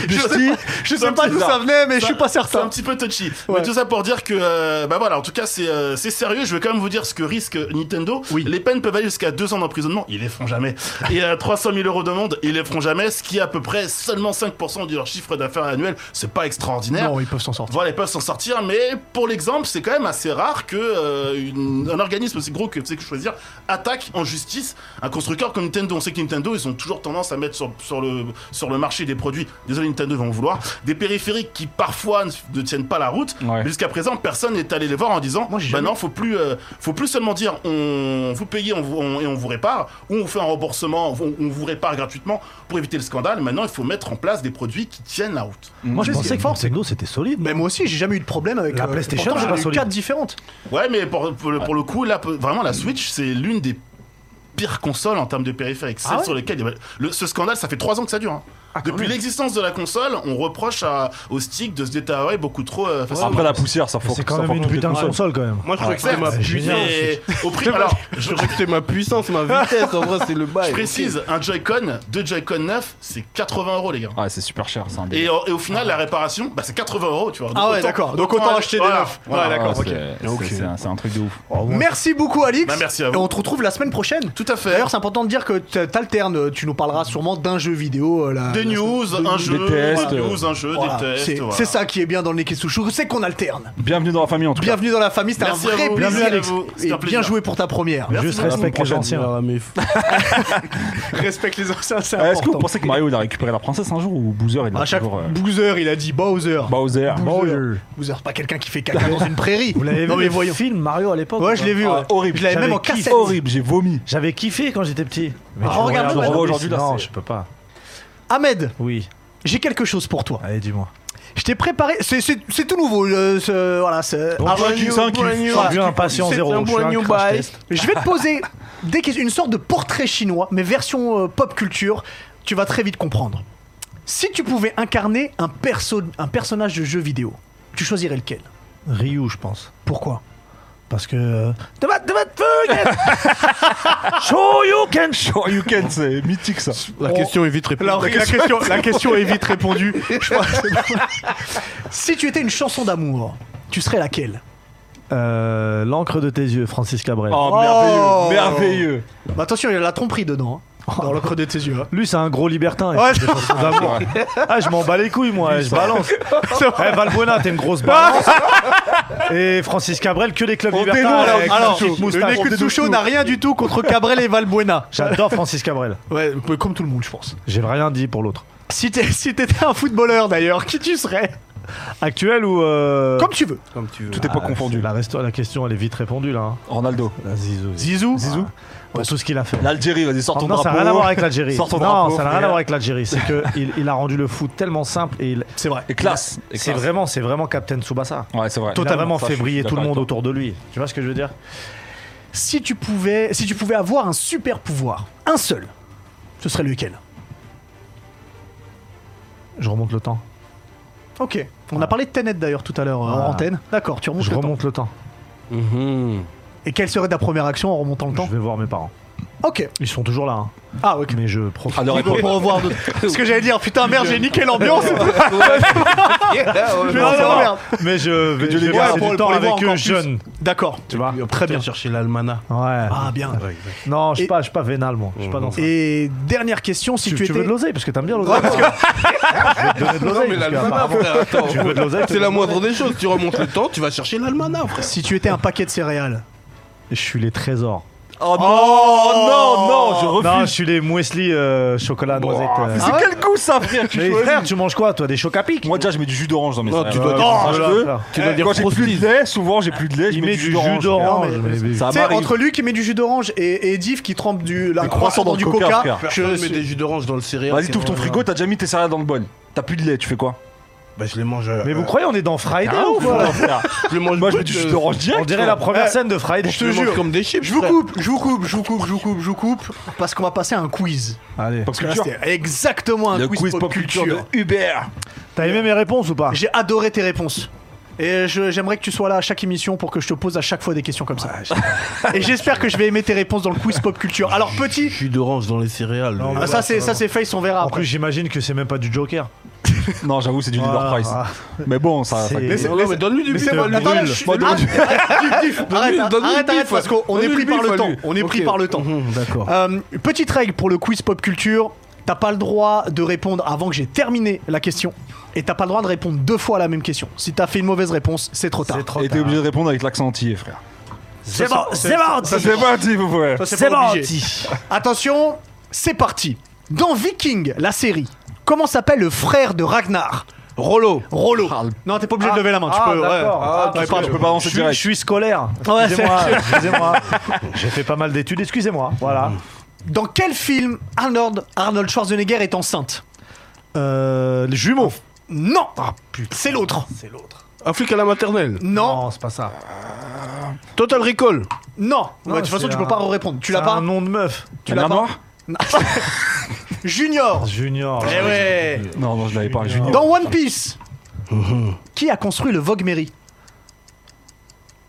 Speaker 2: du, du
Speaker 3: je sais
Speaker 2: ski.
Speaker 1: Je
Speaker 3: C'est un
Speaker 1: sais pas
Speaker 3: petit
Speaker 1: d'où ça
Speaker 3: hasard.
Speaker 1: venait, mais je suis pas
Speaker 3: C'est un
Speaker 1: certain.
Speaker 3: petit peu touchy.
Speaker 1: Ouais.
Speaker 3: Mais tout ça pour dire que, euh, bah voilà, en tout cas, c'est euh, c'est sérieux. Je vais quand même vous dire ce que risque Nintendo. Les peines peuvent aller jusqu'à deux ans d'emprisonnement. Ils les
Speaker 1: [LAUGHS]
Speaker 3: feront jamais. Et à 300 000 euros d'amende, ils les feront jamais, ce qui est à peu près seulement 5% de leur chiffre d'affaires annuel. C'est pas extraordinaire.
Speaker 1: Non, ils peuvent s'en sortir.
Speaker 3: Voilà, ils peuvent s'en sortir, mais pour l'exemple, c'est quand même assez rare que euh, une- un organisme aussi gros que c'est que choisir attaque en justice un constructeur comme Nintendo. On sait que Nintendo, ils ont toujours tendance à mettre sur, sur le, sur le marché des produits, désolé Nintendo va en vouloir, des périphériques qui parfois ne, ne tiennent pas la route.
Speaker 2: Ouais.
Speaker 3: Mais Jusqu'à présent, personne n'est allé les voir en disant
Speaker 1: Moi, j'ai
Speaker 3: bah
Speaker 1: jamais-
Speaker 3: non, faut plus, euh, faut plus seulement dire on vous payez on vous- on- et on vous répare, ou on fait un remboursement, on, on vous répare gratuitement pour éviter le scandale. Maintenant, il faut mettre en place des produits qui tiennent la route.
Speaker 4: Moi, je
Speaker 1: Qu'est-ce qu'il y
Speaker 4: pensais que
Speaker 1: a de fort,
Speaker 4: Nintendo, c'était solide.
Speaker 1: Mais moi aussi, j'ai jamais eu de problème avec
Speaker 4: La
Speaker 1: euh,
Speaker 4: PlayStation,
Speaker 1: pourtant,
Speaker 4: c'est
Speaker 1: j'en
Speaker 4: pas
Speaker 1: ai eu
Speaker 4: solide.
Speaker 1: quatre différentes.
Speaker 3: Ouais, mais pour, pour le, pour le coup, là, peut- vraiment, la Switch, c'est l'une des pires consoles en termes de périphériques. Celle
Speaker 1: Ah ouais Ah,
Speaker 3: sur laquelle il y a- le- ce scandale, ça fait trois ans que ça dure. hein. Depuis l'existence de la console, on reproche à, au stick de se détériorer beaucoup trop euh, facilement.
Speaker 2: Après la poussière, ça faut
Speaker 4: C'est
Speaker 2: ça
Speaker 4: quand même
Speaker 2: faut
Speaker 4: une
Speaker 2: toutes les
Speaker 4: putain de
Speaker 2: consoles.
Speaker 4: console quand même.
Speaker 11: Moi, je crois que c'était
Speaker 3: Certes,
Speaker 11: ma
Speaker 4: c'est
Speaker 11: puissance.
Speaker 4: génial.
Speaker 3: mais au prix. Alors,
Speaker 1: [LAUGHS]
Speaker 11: Je crois que c'était ma puissance, ma vitesse. En vrai, c'est le bail.
Speaker 3: je précise, un Joy-Con, deux Joy-Con neufs, c'est 80 euros, les gars.
Speaker 1: Ah.
Speaker 2: Ouais, c'est super cher, c'est un
Speaker 3: Et,
Speaker 2: délire.
Speaker 3: au- et au final, la réparation, bah, c'est 80 euros, tu vois.
Speaker 1: Ah ouais, d'accord. Donc autant acheter des
Speaker 3: voilà,
Speaker 1: neufs.
Speaker 3: voilà.
Speaker 1: Ouais, d'accord,
Speaker 2: Ouais,
Speaker 1: ok.
Speaker 2: Ah, c'est- c'est- C'est un- c'est un truc de ouf.
Speaker 4: Ah
Speaker 1: Merci beaucoup, Alix.
Speaker 3: Bah, merci à vous.
Speaker 1: Et on te retrouve la semaine prochaine.
Speaker 3: Tout à fait.
Speaker 1: D'ailleurs, c'est important de dire que t- t'alternes. euh, Tu nous parleras sûrement d'un jeu vidéo. euh, la-
Speaker 3: Des
Speaker 1: la-
Speaker 3: news, un jeu,
Speaker 2: tests,
Speaker 3: des
Speaker 2: euh,
Speaker 3: news, un jeu,
Speaker 1: Voilà.
Speaker 3: des tests.
Speaker 1: C'est
Speaker 3: voilà.
Speaker 1: c'est ça qui est bien dans le Neketsuchou, c'est qu'on alterne.
Speaker 2: Bienvenue dans la famille en tout cas.
Speaker 1: Bienvenue dans la famille, c'était un
Speaker 3: Merci à
Speaker 1: vrai
Speaker 3: vous, merci
Speaker 1: plaisir,
Speaker 3: à
Speaker 1: Alex.
Speaker 3: vous, c'était
Speaker 1: Et
Speaker 3: un plaisir.
Speaker 1: bien joué pour ta première.
Speaker 3: Merci.
Speaker 4: Juste
Speaker 2: la semaine
Speaker 4: respecte les
Speaker 2: prochaine,
Speaker 4: anciens.
Speaker 1: Respecte les anciens, c'est
Speaker 2: Euh, Est-ce que vous
Speaker 1: important.
Speaker 2: pensez que Mario il a récupéré la princesse un jour ou Boozer
Speaker 4: Bah,
Speaker 2: il a
Speaker 1: À chaque
Speaker 2: toujours, euh,
Speaker 1: Boozer, il a dit Bowser.
Speaker 2: Bowser.
Speaker 1: Bowser. Bowser, pas quelqu'un qui fait caca
Speaker 4: [LAUGHS]
Speaker 1: dans une prairie.
Speaker 4: Vous l'avez
Speaker 1: Non,
Speaker 4: vu
Speaker 1: mais
Speaker 4: le
Speaker 1: voyons.
Speaker 4: film Mario à l'époque
Speaker 1: Ouais, je l'ai vu.
Speaker 2: Ah,
Speaker 1: ouais.
Speaker 2: horrible.
Speaker 1: Je l'avais même en
Speaker 2: J'avais kiffé.
Speaker 1: cassette.
Speaker 2: Horrible, j'ai vomi.
Speaker 4: J'avais kiffé quand j'étais petit. Mais
Speaker 1: Ah,
Speaker 4: je le
Speaker 1: regarde-le
Speaker 4: regarde
Speaker 1: maintenant.
Speaker 4: aujourd'hui.
Speaker 2: Aujourd'hui, là,
Speaker 4: Non,
Speaker 2: c'est-
Speaker 4: je peux pas.
Speaker 1: Ahmed,
Speaker 4: Oui,
Speaker 1: j'ai quelque chose pour toi.
Speaker 4: allez, dis-moi.
Speaker 1: Je t'ai préparé. C'est- C'est c'est tout nouveau. euh, ce- voilà, c'est
Speaker 4: Donc,
Speaker 1: avant-
Speaker 4: je suis
Speaker 1: voilà.
Speaker 4: inquiet. Je suis bien impatient,
Speaker 1: C'est-
Speaker 4: zéro.
Speaker 1: c'est un
Speaker 4: Je suis un
Speaker 1: new
Speaker 4: crash
Speaker 1: buy.
Speaker 4: test.
Speaker 1: Je vais te poser des questions, une sorte de portrait chinois, mais version euh, pop culture. Tu vas très vite comprendre. Si tu pouvais incarner un, perso un personnage de jeu vidéo, tu choisirais lequel
Speaker 4: Ryu, je pense.
Speaker 1: Pourquoi
Speaker 4: Parce que. euh, Dama- dama- fuck it.
Speaker 2: Oh, [LAUGHS]
Speaker 4: Shoryuken
Speaker 2: Shoryuken, c'est mythique ça.
Speaker 4: Oh.
Speaker 12: La question est vite répondue.
Speaker 1: La, la question, la question est vite [LAUGHS] répondue. Je crois que- si tu étais une chanson d'amour, tu serais laquelle
Speaker 4: Euh, L'encre de tes yeux, Francis Cabrel.
Speaker 2: Oh,
Speaker 1: Oh.
Speaker 2: merveilleux, merveilleux.
Speaker 1: Bah, Attention, il y a de la tromperie dedans. hein, dans l'encre de tes yeux. hein.
Speaker 4: Lui, c'est un gros libertin. il
Speaker 1: Ouais,
Speaker 4: fait des chansons
Speaker 1: c'est-
Speaker 4: d'amour. Ah, je m'en bats les couilles, moi. Je balance. Eh, Valbuena, t'es une grosse balance. Et Francis Cabrel, que des clubs
Speaker 2: On
Speaker 4: libertins.
Speaker 2: dénoue,
Speaker 4: avec
Speaker 1: oh, Alors,
Speaker 4: une petite moustache.
Speaker 1: le Nekutsusho n'a rien du tout contre Cabrel et Valbuena.
Speaker 4: J'adore Francis Cabrel.
Speaker 1: Ouais, comme tout le monde, je pense.
Speaker 4: J'ai rien dit pour l'autre.
Speaker 1: Si t'es- si t'étais un footballeur d'ailleurs, qui tu serais
Speaker 4: Actuel ou. euh,
Speaker 1: Comme tu veux.
Speaker 12: Comme tu veux.
Speaker 2: Tout est pas
Speaker 4: ah,
Speaker 2: confondu.
Speaker 4: La, resto- la question, elle est vite répondue là. hein.
Speaker 2: Ronaldo.
Speaker 4: Là, Zizou.
Speaker 1: Zizou Ah,
Speaker 4: Zizou. Pour tout ce qu'il a fait.
Speaker 2: L'Algérie, vas-y, sort ton
Speaker 4: Ah, non,
Speaker 2: drapeau.
Speaker 4: ça n'a rien à voir avec l'Algérie.
Speaker 2: Sort ton
Speaker 4: non,
Speaker 2: drapeau,
Speaker 4: ça n'a rien à
Speaker 2: frère.
Speaker 4: voir avec l'Algérie. C'est que [LAUGHS] il, il a rendu le foot tellement simple et il-
Speaker 1: C'est vrai.
Speaker 2: Et classe. Et
Speaker 4: c'est
Speaker 2: classe.
Speaker 4: vraiment, c'est vraiment Captain Tsubasa.
Speaker 2: Ouais, c'est vrai.
Speaker 4: Totalement
Speaker 2: Ça, je
Speaker 4: fait
Speaker 2: suis
Speaker 4: briller tout
Speaker 2: d'accord
Speaker 4: le monde
Speaker 2: avec
Speaker 4: autour de lui. Tu vois ce que je veux dire
Speaker 1: Si tu pouvais, si tu pouvais avoir un super pouvoir, un seul, ce serait lequel
Speaker 4: Je remonte le temps.
Speaker 1: Ok. On a parlé de Tenet d'ailleurs tout à l'heure euh, en
Speaker 4: Voilà.
Speaker 1: antenne. D'accord, tu remontes
Speaker 4: Je
Speaker 1: le temps.
Speaker 4: remonte le temps.
Speaker 12: Mhm.
Speaker 1: Et quelle serait ta première action en remontant le temps
Speaker 4: Je vais voir mes parents.
Speaker 1: Ok.
Speaker 4: Ils sont toujours là. hein.
Speaker 1: Ah ok.
Speaker 4: Mais je profite.
Speaker 2: À leur époque.
Speaker 1: revoir d'autres. [LAUGHS] Ce que j'allais dire, putain merde, j'ai niqué l'ambiance.
Speaker 4: Non,
Speaker 1: [LAUGHS] Je vais
Speaker 4: ça
Speaker 1: dire,
Speaker 4: va.
Speaker 1: merde.
Speaker 4: Mais je vais
Speaker 1: Dieu les
Speaker 4: je vais
Speaker 1: garde.
Speaker 4: passer
Speaker 1: Pour-
Speaker 4: du
Speaker 1: pour
Speaker 4: temps
Speaker 1: les voir
Speaker 4: avec
Speaker 1: encore
Speaker 4: eux
Speaker 1: plus.
Speaker 4: jeunes.
Speaker 1: D'accord.
Speaker 4: Tu vois
Speaker 1: Très bien.
Speaker 12: chercher l'almanach.
Speaker 4: Ouais.
Speaker 1: Ah bien.
Speaker 4: Non, je
Speaker 1: Et-
Speaker 4: suis pas, je suis pas vénal moi. Je suis pas dans ça.
Speaker 1: Et dernière question, si
Speaker 4: tu,
Speaker 1: tu,
Speaker 4: tu
Speaker 1: étais.
Speaker 4: veux de l'oseille parce que t'aimes bien l'oseille. [LAUGHS] Je vais te donner de
Speaker 12: Non, mais
Speaker 4: l'oseille. parce que
Speaker 12: l'almanach, frère, attends.
Speaker 4: Tu veux de l'oseille
Speaker 12: C'est la moindre des choses. Tu remontes le temps, tu vas chercher l'almanach, frère.
Speaker 1: si tu étais un paquet de céréales.
Speaker 4: Je suis les trésors.
Speaker 2: toi. Oh non, non, je
Speaker 4: Non, je
Speaker 2: refuse.
Speaker 4: suis les Muesli euh, chocolat noisette. euh.
Speaker 2: Mais c'est quel goût ça, frère tu
Speaker 4: Mais
Speaker 2: choisis
Speaker 4: frère, tu manges quoi toi Des chocs à pic
Speaker 2: Moi déjà, je mets du jus d'orange dans mes
Speaker 12: Non,
Speaker 2: céréales.
Speaker 12: tu dois dire-
Speaker 2: Quand
Speaker 4: Oh,
Speaker 2: je
Speaker 4: là,
Speaker 2: veux,
Speaker 4: frère.
Speaker 12: Tu dois dire
Speaker 2: Quand j'ai plus
Speaker 12: frosties.
Speaker 2: de lait, souvent j'ai plus de lait, je
Speaker 4: Il
Speaker 2: mets
Speaker 4: met du jus d'orange.
Speaker 1: Non, mais-
Speaker 4: mais-
Speaker 2: Ça
Speaker 1: Tu sais,
Speaker 2: m'arrive.
Speaker 1: entre lui qui met du jus d'orange et, et Div qui trempe du, la
Speaker 2: Du
Speaker 1: croissant
Speaker 2: croissant
Speaker 1: dans
Speaker 2: dans
Speaker 1: du
Speaker 2: le
Speaker 1: coca,
Speaker 2: coca,
Speaker 12: Frère,
Speaker 1: je,
Speaker 12: je mets des jus d'orange dans le céréal.
Speaker 2: Vas-y,
Speaker 12: c'est
Speaker 2: t'ouvres ton
Speaker 12: vraiment-
Speaker 2: frigo, t'as déjà mis tes céréales dans le bol. T'as plus de lait, tu fais quoi
Speaker 12: Bah, je les mange. euh,
Speaker 4: Mais vous
Speaker 12: euh,
Speaker 4: croyez on est dans Friday
Speaker 2: Ah,
Speaker 4: ou
Speaker 2: ouf,
Speaker 4: quoi
Speaker 2: non, frère.
Speaker 12: Je les mange
Speaker 2: Moi, je
Speaker 12: brut,
Speaker 2: mets du jus
Speaker 12: euh,
Speaker 2: d'orange direct.
Speaker 4: On dirait la première scène de Friday.
Speaker 12: Je te jure. comme des chips.
Speaker 1: je vous
Speaker 12: frère.
Speaker 1: coupe, je vous coupe, je vous coupe, je vous coupe, je vous coupe, parce qu'on va passer à un quiz.
Speaker 4: Allez.
Speaker 2: Parce que
Speaker 1: Là,
Speaker 2: tu vois,
Speaker 1: c'était exactement un
Speaker 2: le
Speaker 1: quiz,
Speaker 2: quiz pop culture de Hubert.
Speaker 4: T'as aimé mes réponses ou pas
Speaker 1: J'ai adoré tes réponses. Et je- j'aimerais que tu sois là à chaque émission pour que je te pose à chaque fois des questions comme ça. et j'espère que je vais aimer tes réponses dans le quiz pop culture. Alors petit,
Speaker 12: Jus d'orange dans les céréales.
Speaker 4: Non,
Speaker 12: euh,
Speaker 1: ah, ça c'est ça c'est fait, ils sont verra
Speaker 4: En plus
Speaker 1: après.
Speaker 4: j'imagine que c'est même pas du Joker.
Speaker 2: Non, j'avoue, c'est du leader
Speaker 4: Ah,
Speaker 2: price.
Speaker 4: ah.
Speaker 2: Mais bon, ça. ça-
Speaker 4: C'est-
Speaker 12: non, non, mais donne-lui du bif.
Speaker 1: Attends, là, je suis-
Speaker 2: Moi,
Speaker 1: Arrête, arrête, Div, Div, arrête,
Speaker 12: Donne-lui-
Speaker 1: arrête,
Speaker 12: donne-lui le
Speaker 1: arrête,
Speaker 12: bif,
Speaker 1: parce qu'on on est
Speaker 12: donne-lui
Speaker 1: pris
Speaker 12: le
Speaker 1: par
Speaker 12: bif
Speaker 1: le
Speaker 12: à
Speaker 1: temps.
Speaker 12: lui.
Speaker 1: On est pris
Speaker 12: Ok.
Speaker 1: par le temps.
Speaker 12: Mhm, D'accord.
Speaker 1: Euh, petite règle pour le quiz pop culture. T'as pas le droit de répondre avant que j'ai terminé la question. Et t'as pas le droit de répondre deux fois à la même question. Si t'as fait une mauvaise réponse, c'est trop tard.
Speaker 4: C'est trop
Speaker 2: Et t'es
Speaker 4: tard.
Speaker 2: obligé de répondre avec l'accent antillais, frère.
Speaker 4: C'est bon, c'est
Speaker 2: Ça, c'est parti, vous pouvez.
Speaker 1: Ça, c'est
Speaker 4: C'est
Speaker 1: pas obligé.
Speaker 4: parti.
Speaker 1: Attention, c'est parti. Dans Viking, la série, comment s'appelle le frère de Ragnar
Speaker 12: Rollo.
Speaker 1: Rollo. Non, t'es pas obligé de lever la main. Tu
Speaker 4: Ah,
Speaker 1: peux. ouais.
Speaker 4: d'accord. Ah,
Speaker 1: Ouais,
Speaker 4: parce
Speaker 1: pardon.
Speaker 2: Je peux pas
Speaker 4: Je
Speaker 2: lancer
Speaker 4: suis, je
Speaker 2: direct.
Speaker 4: suis scolaire.
Speaker 1: Ouais,
Speaker 4: Excusez-moi, excusez-moi. J'ai fait pas mal d'études, excusez-moi. Voilà.
Speaker 1: Dans quel film Arnold, Arnold Schwarzenegger est enceinte
Speaker 4: Euh, les jumeaux.
Speaker 1: Non C'est l'autre.
Speaker 12: Un flic à la maternelle.
Speaker 1: Non,
Speaker 4: c'est pas ça.
Speaker 12: Total Recall.
Speaker 1: non. Bah, de
Speaker 4: c'est
Speaker 1: toute façon, tu peux
Speaker 4: un-
Speaker 1: pas répondre. Tu
Speaker 4: C'est
Speaker 1: l'as pas
Speaker 4: un nom de meuf.
Speaker 1: Tu
Speaker 2: Un
Speaker 1: l'as pas
Speaker 2: manoir
Speaker 1: Junior
Speaker 4: Junior.
Speaker 1: Eh ouais
Speaker 2: Non, non, je l'avais pas. Junior.
Speaker 1: Dans One Piece Qui a construit le Vogue Mary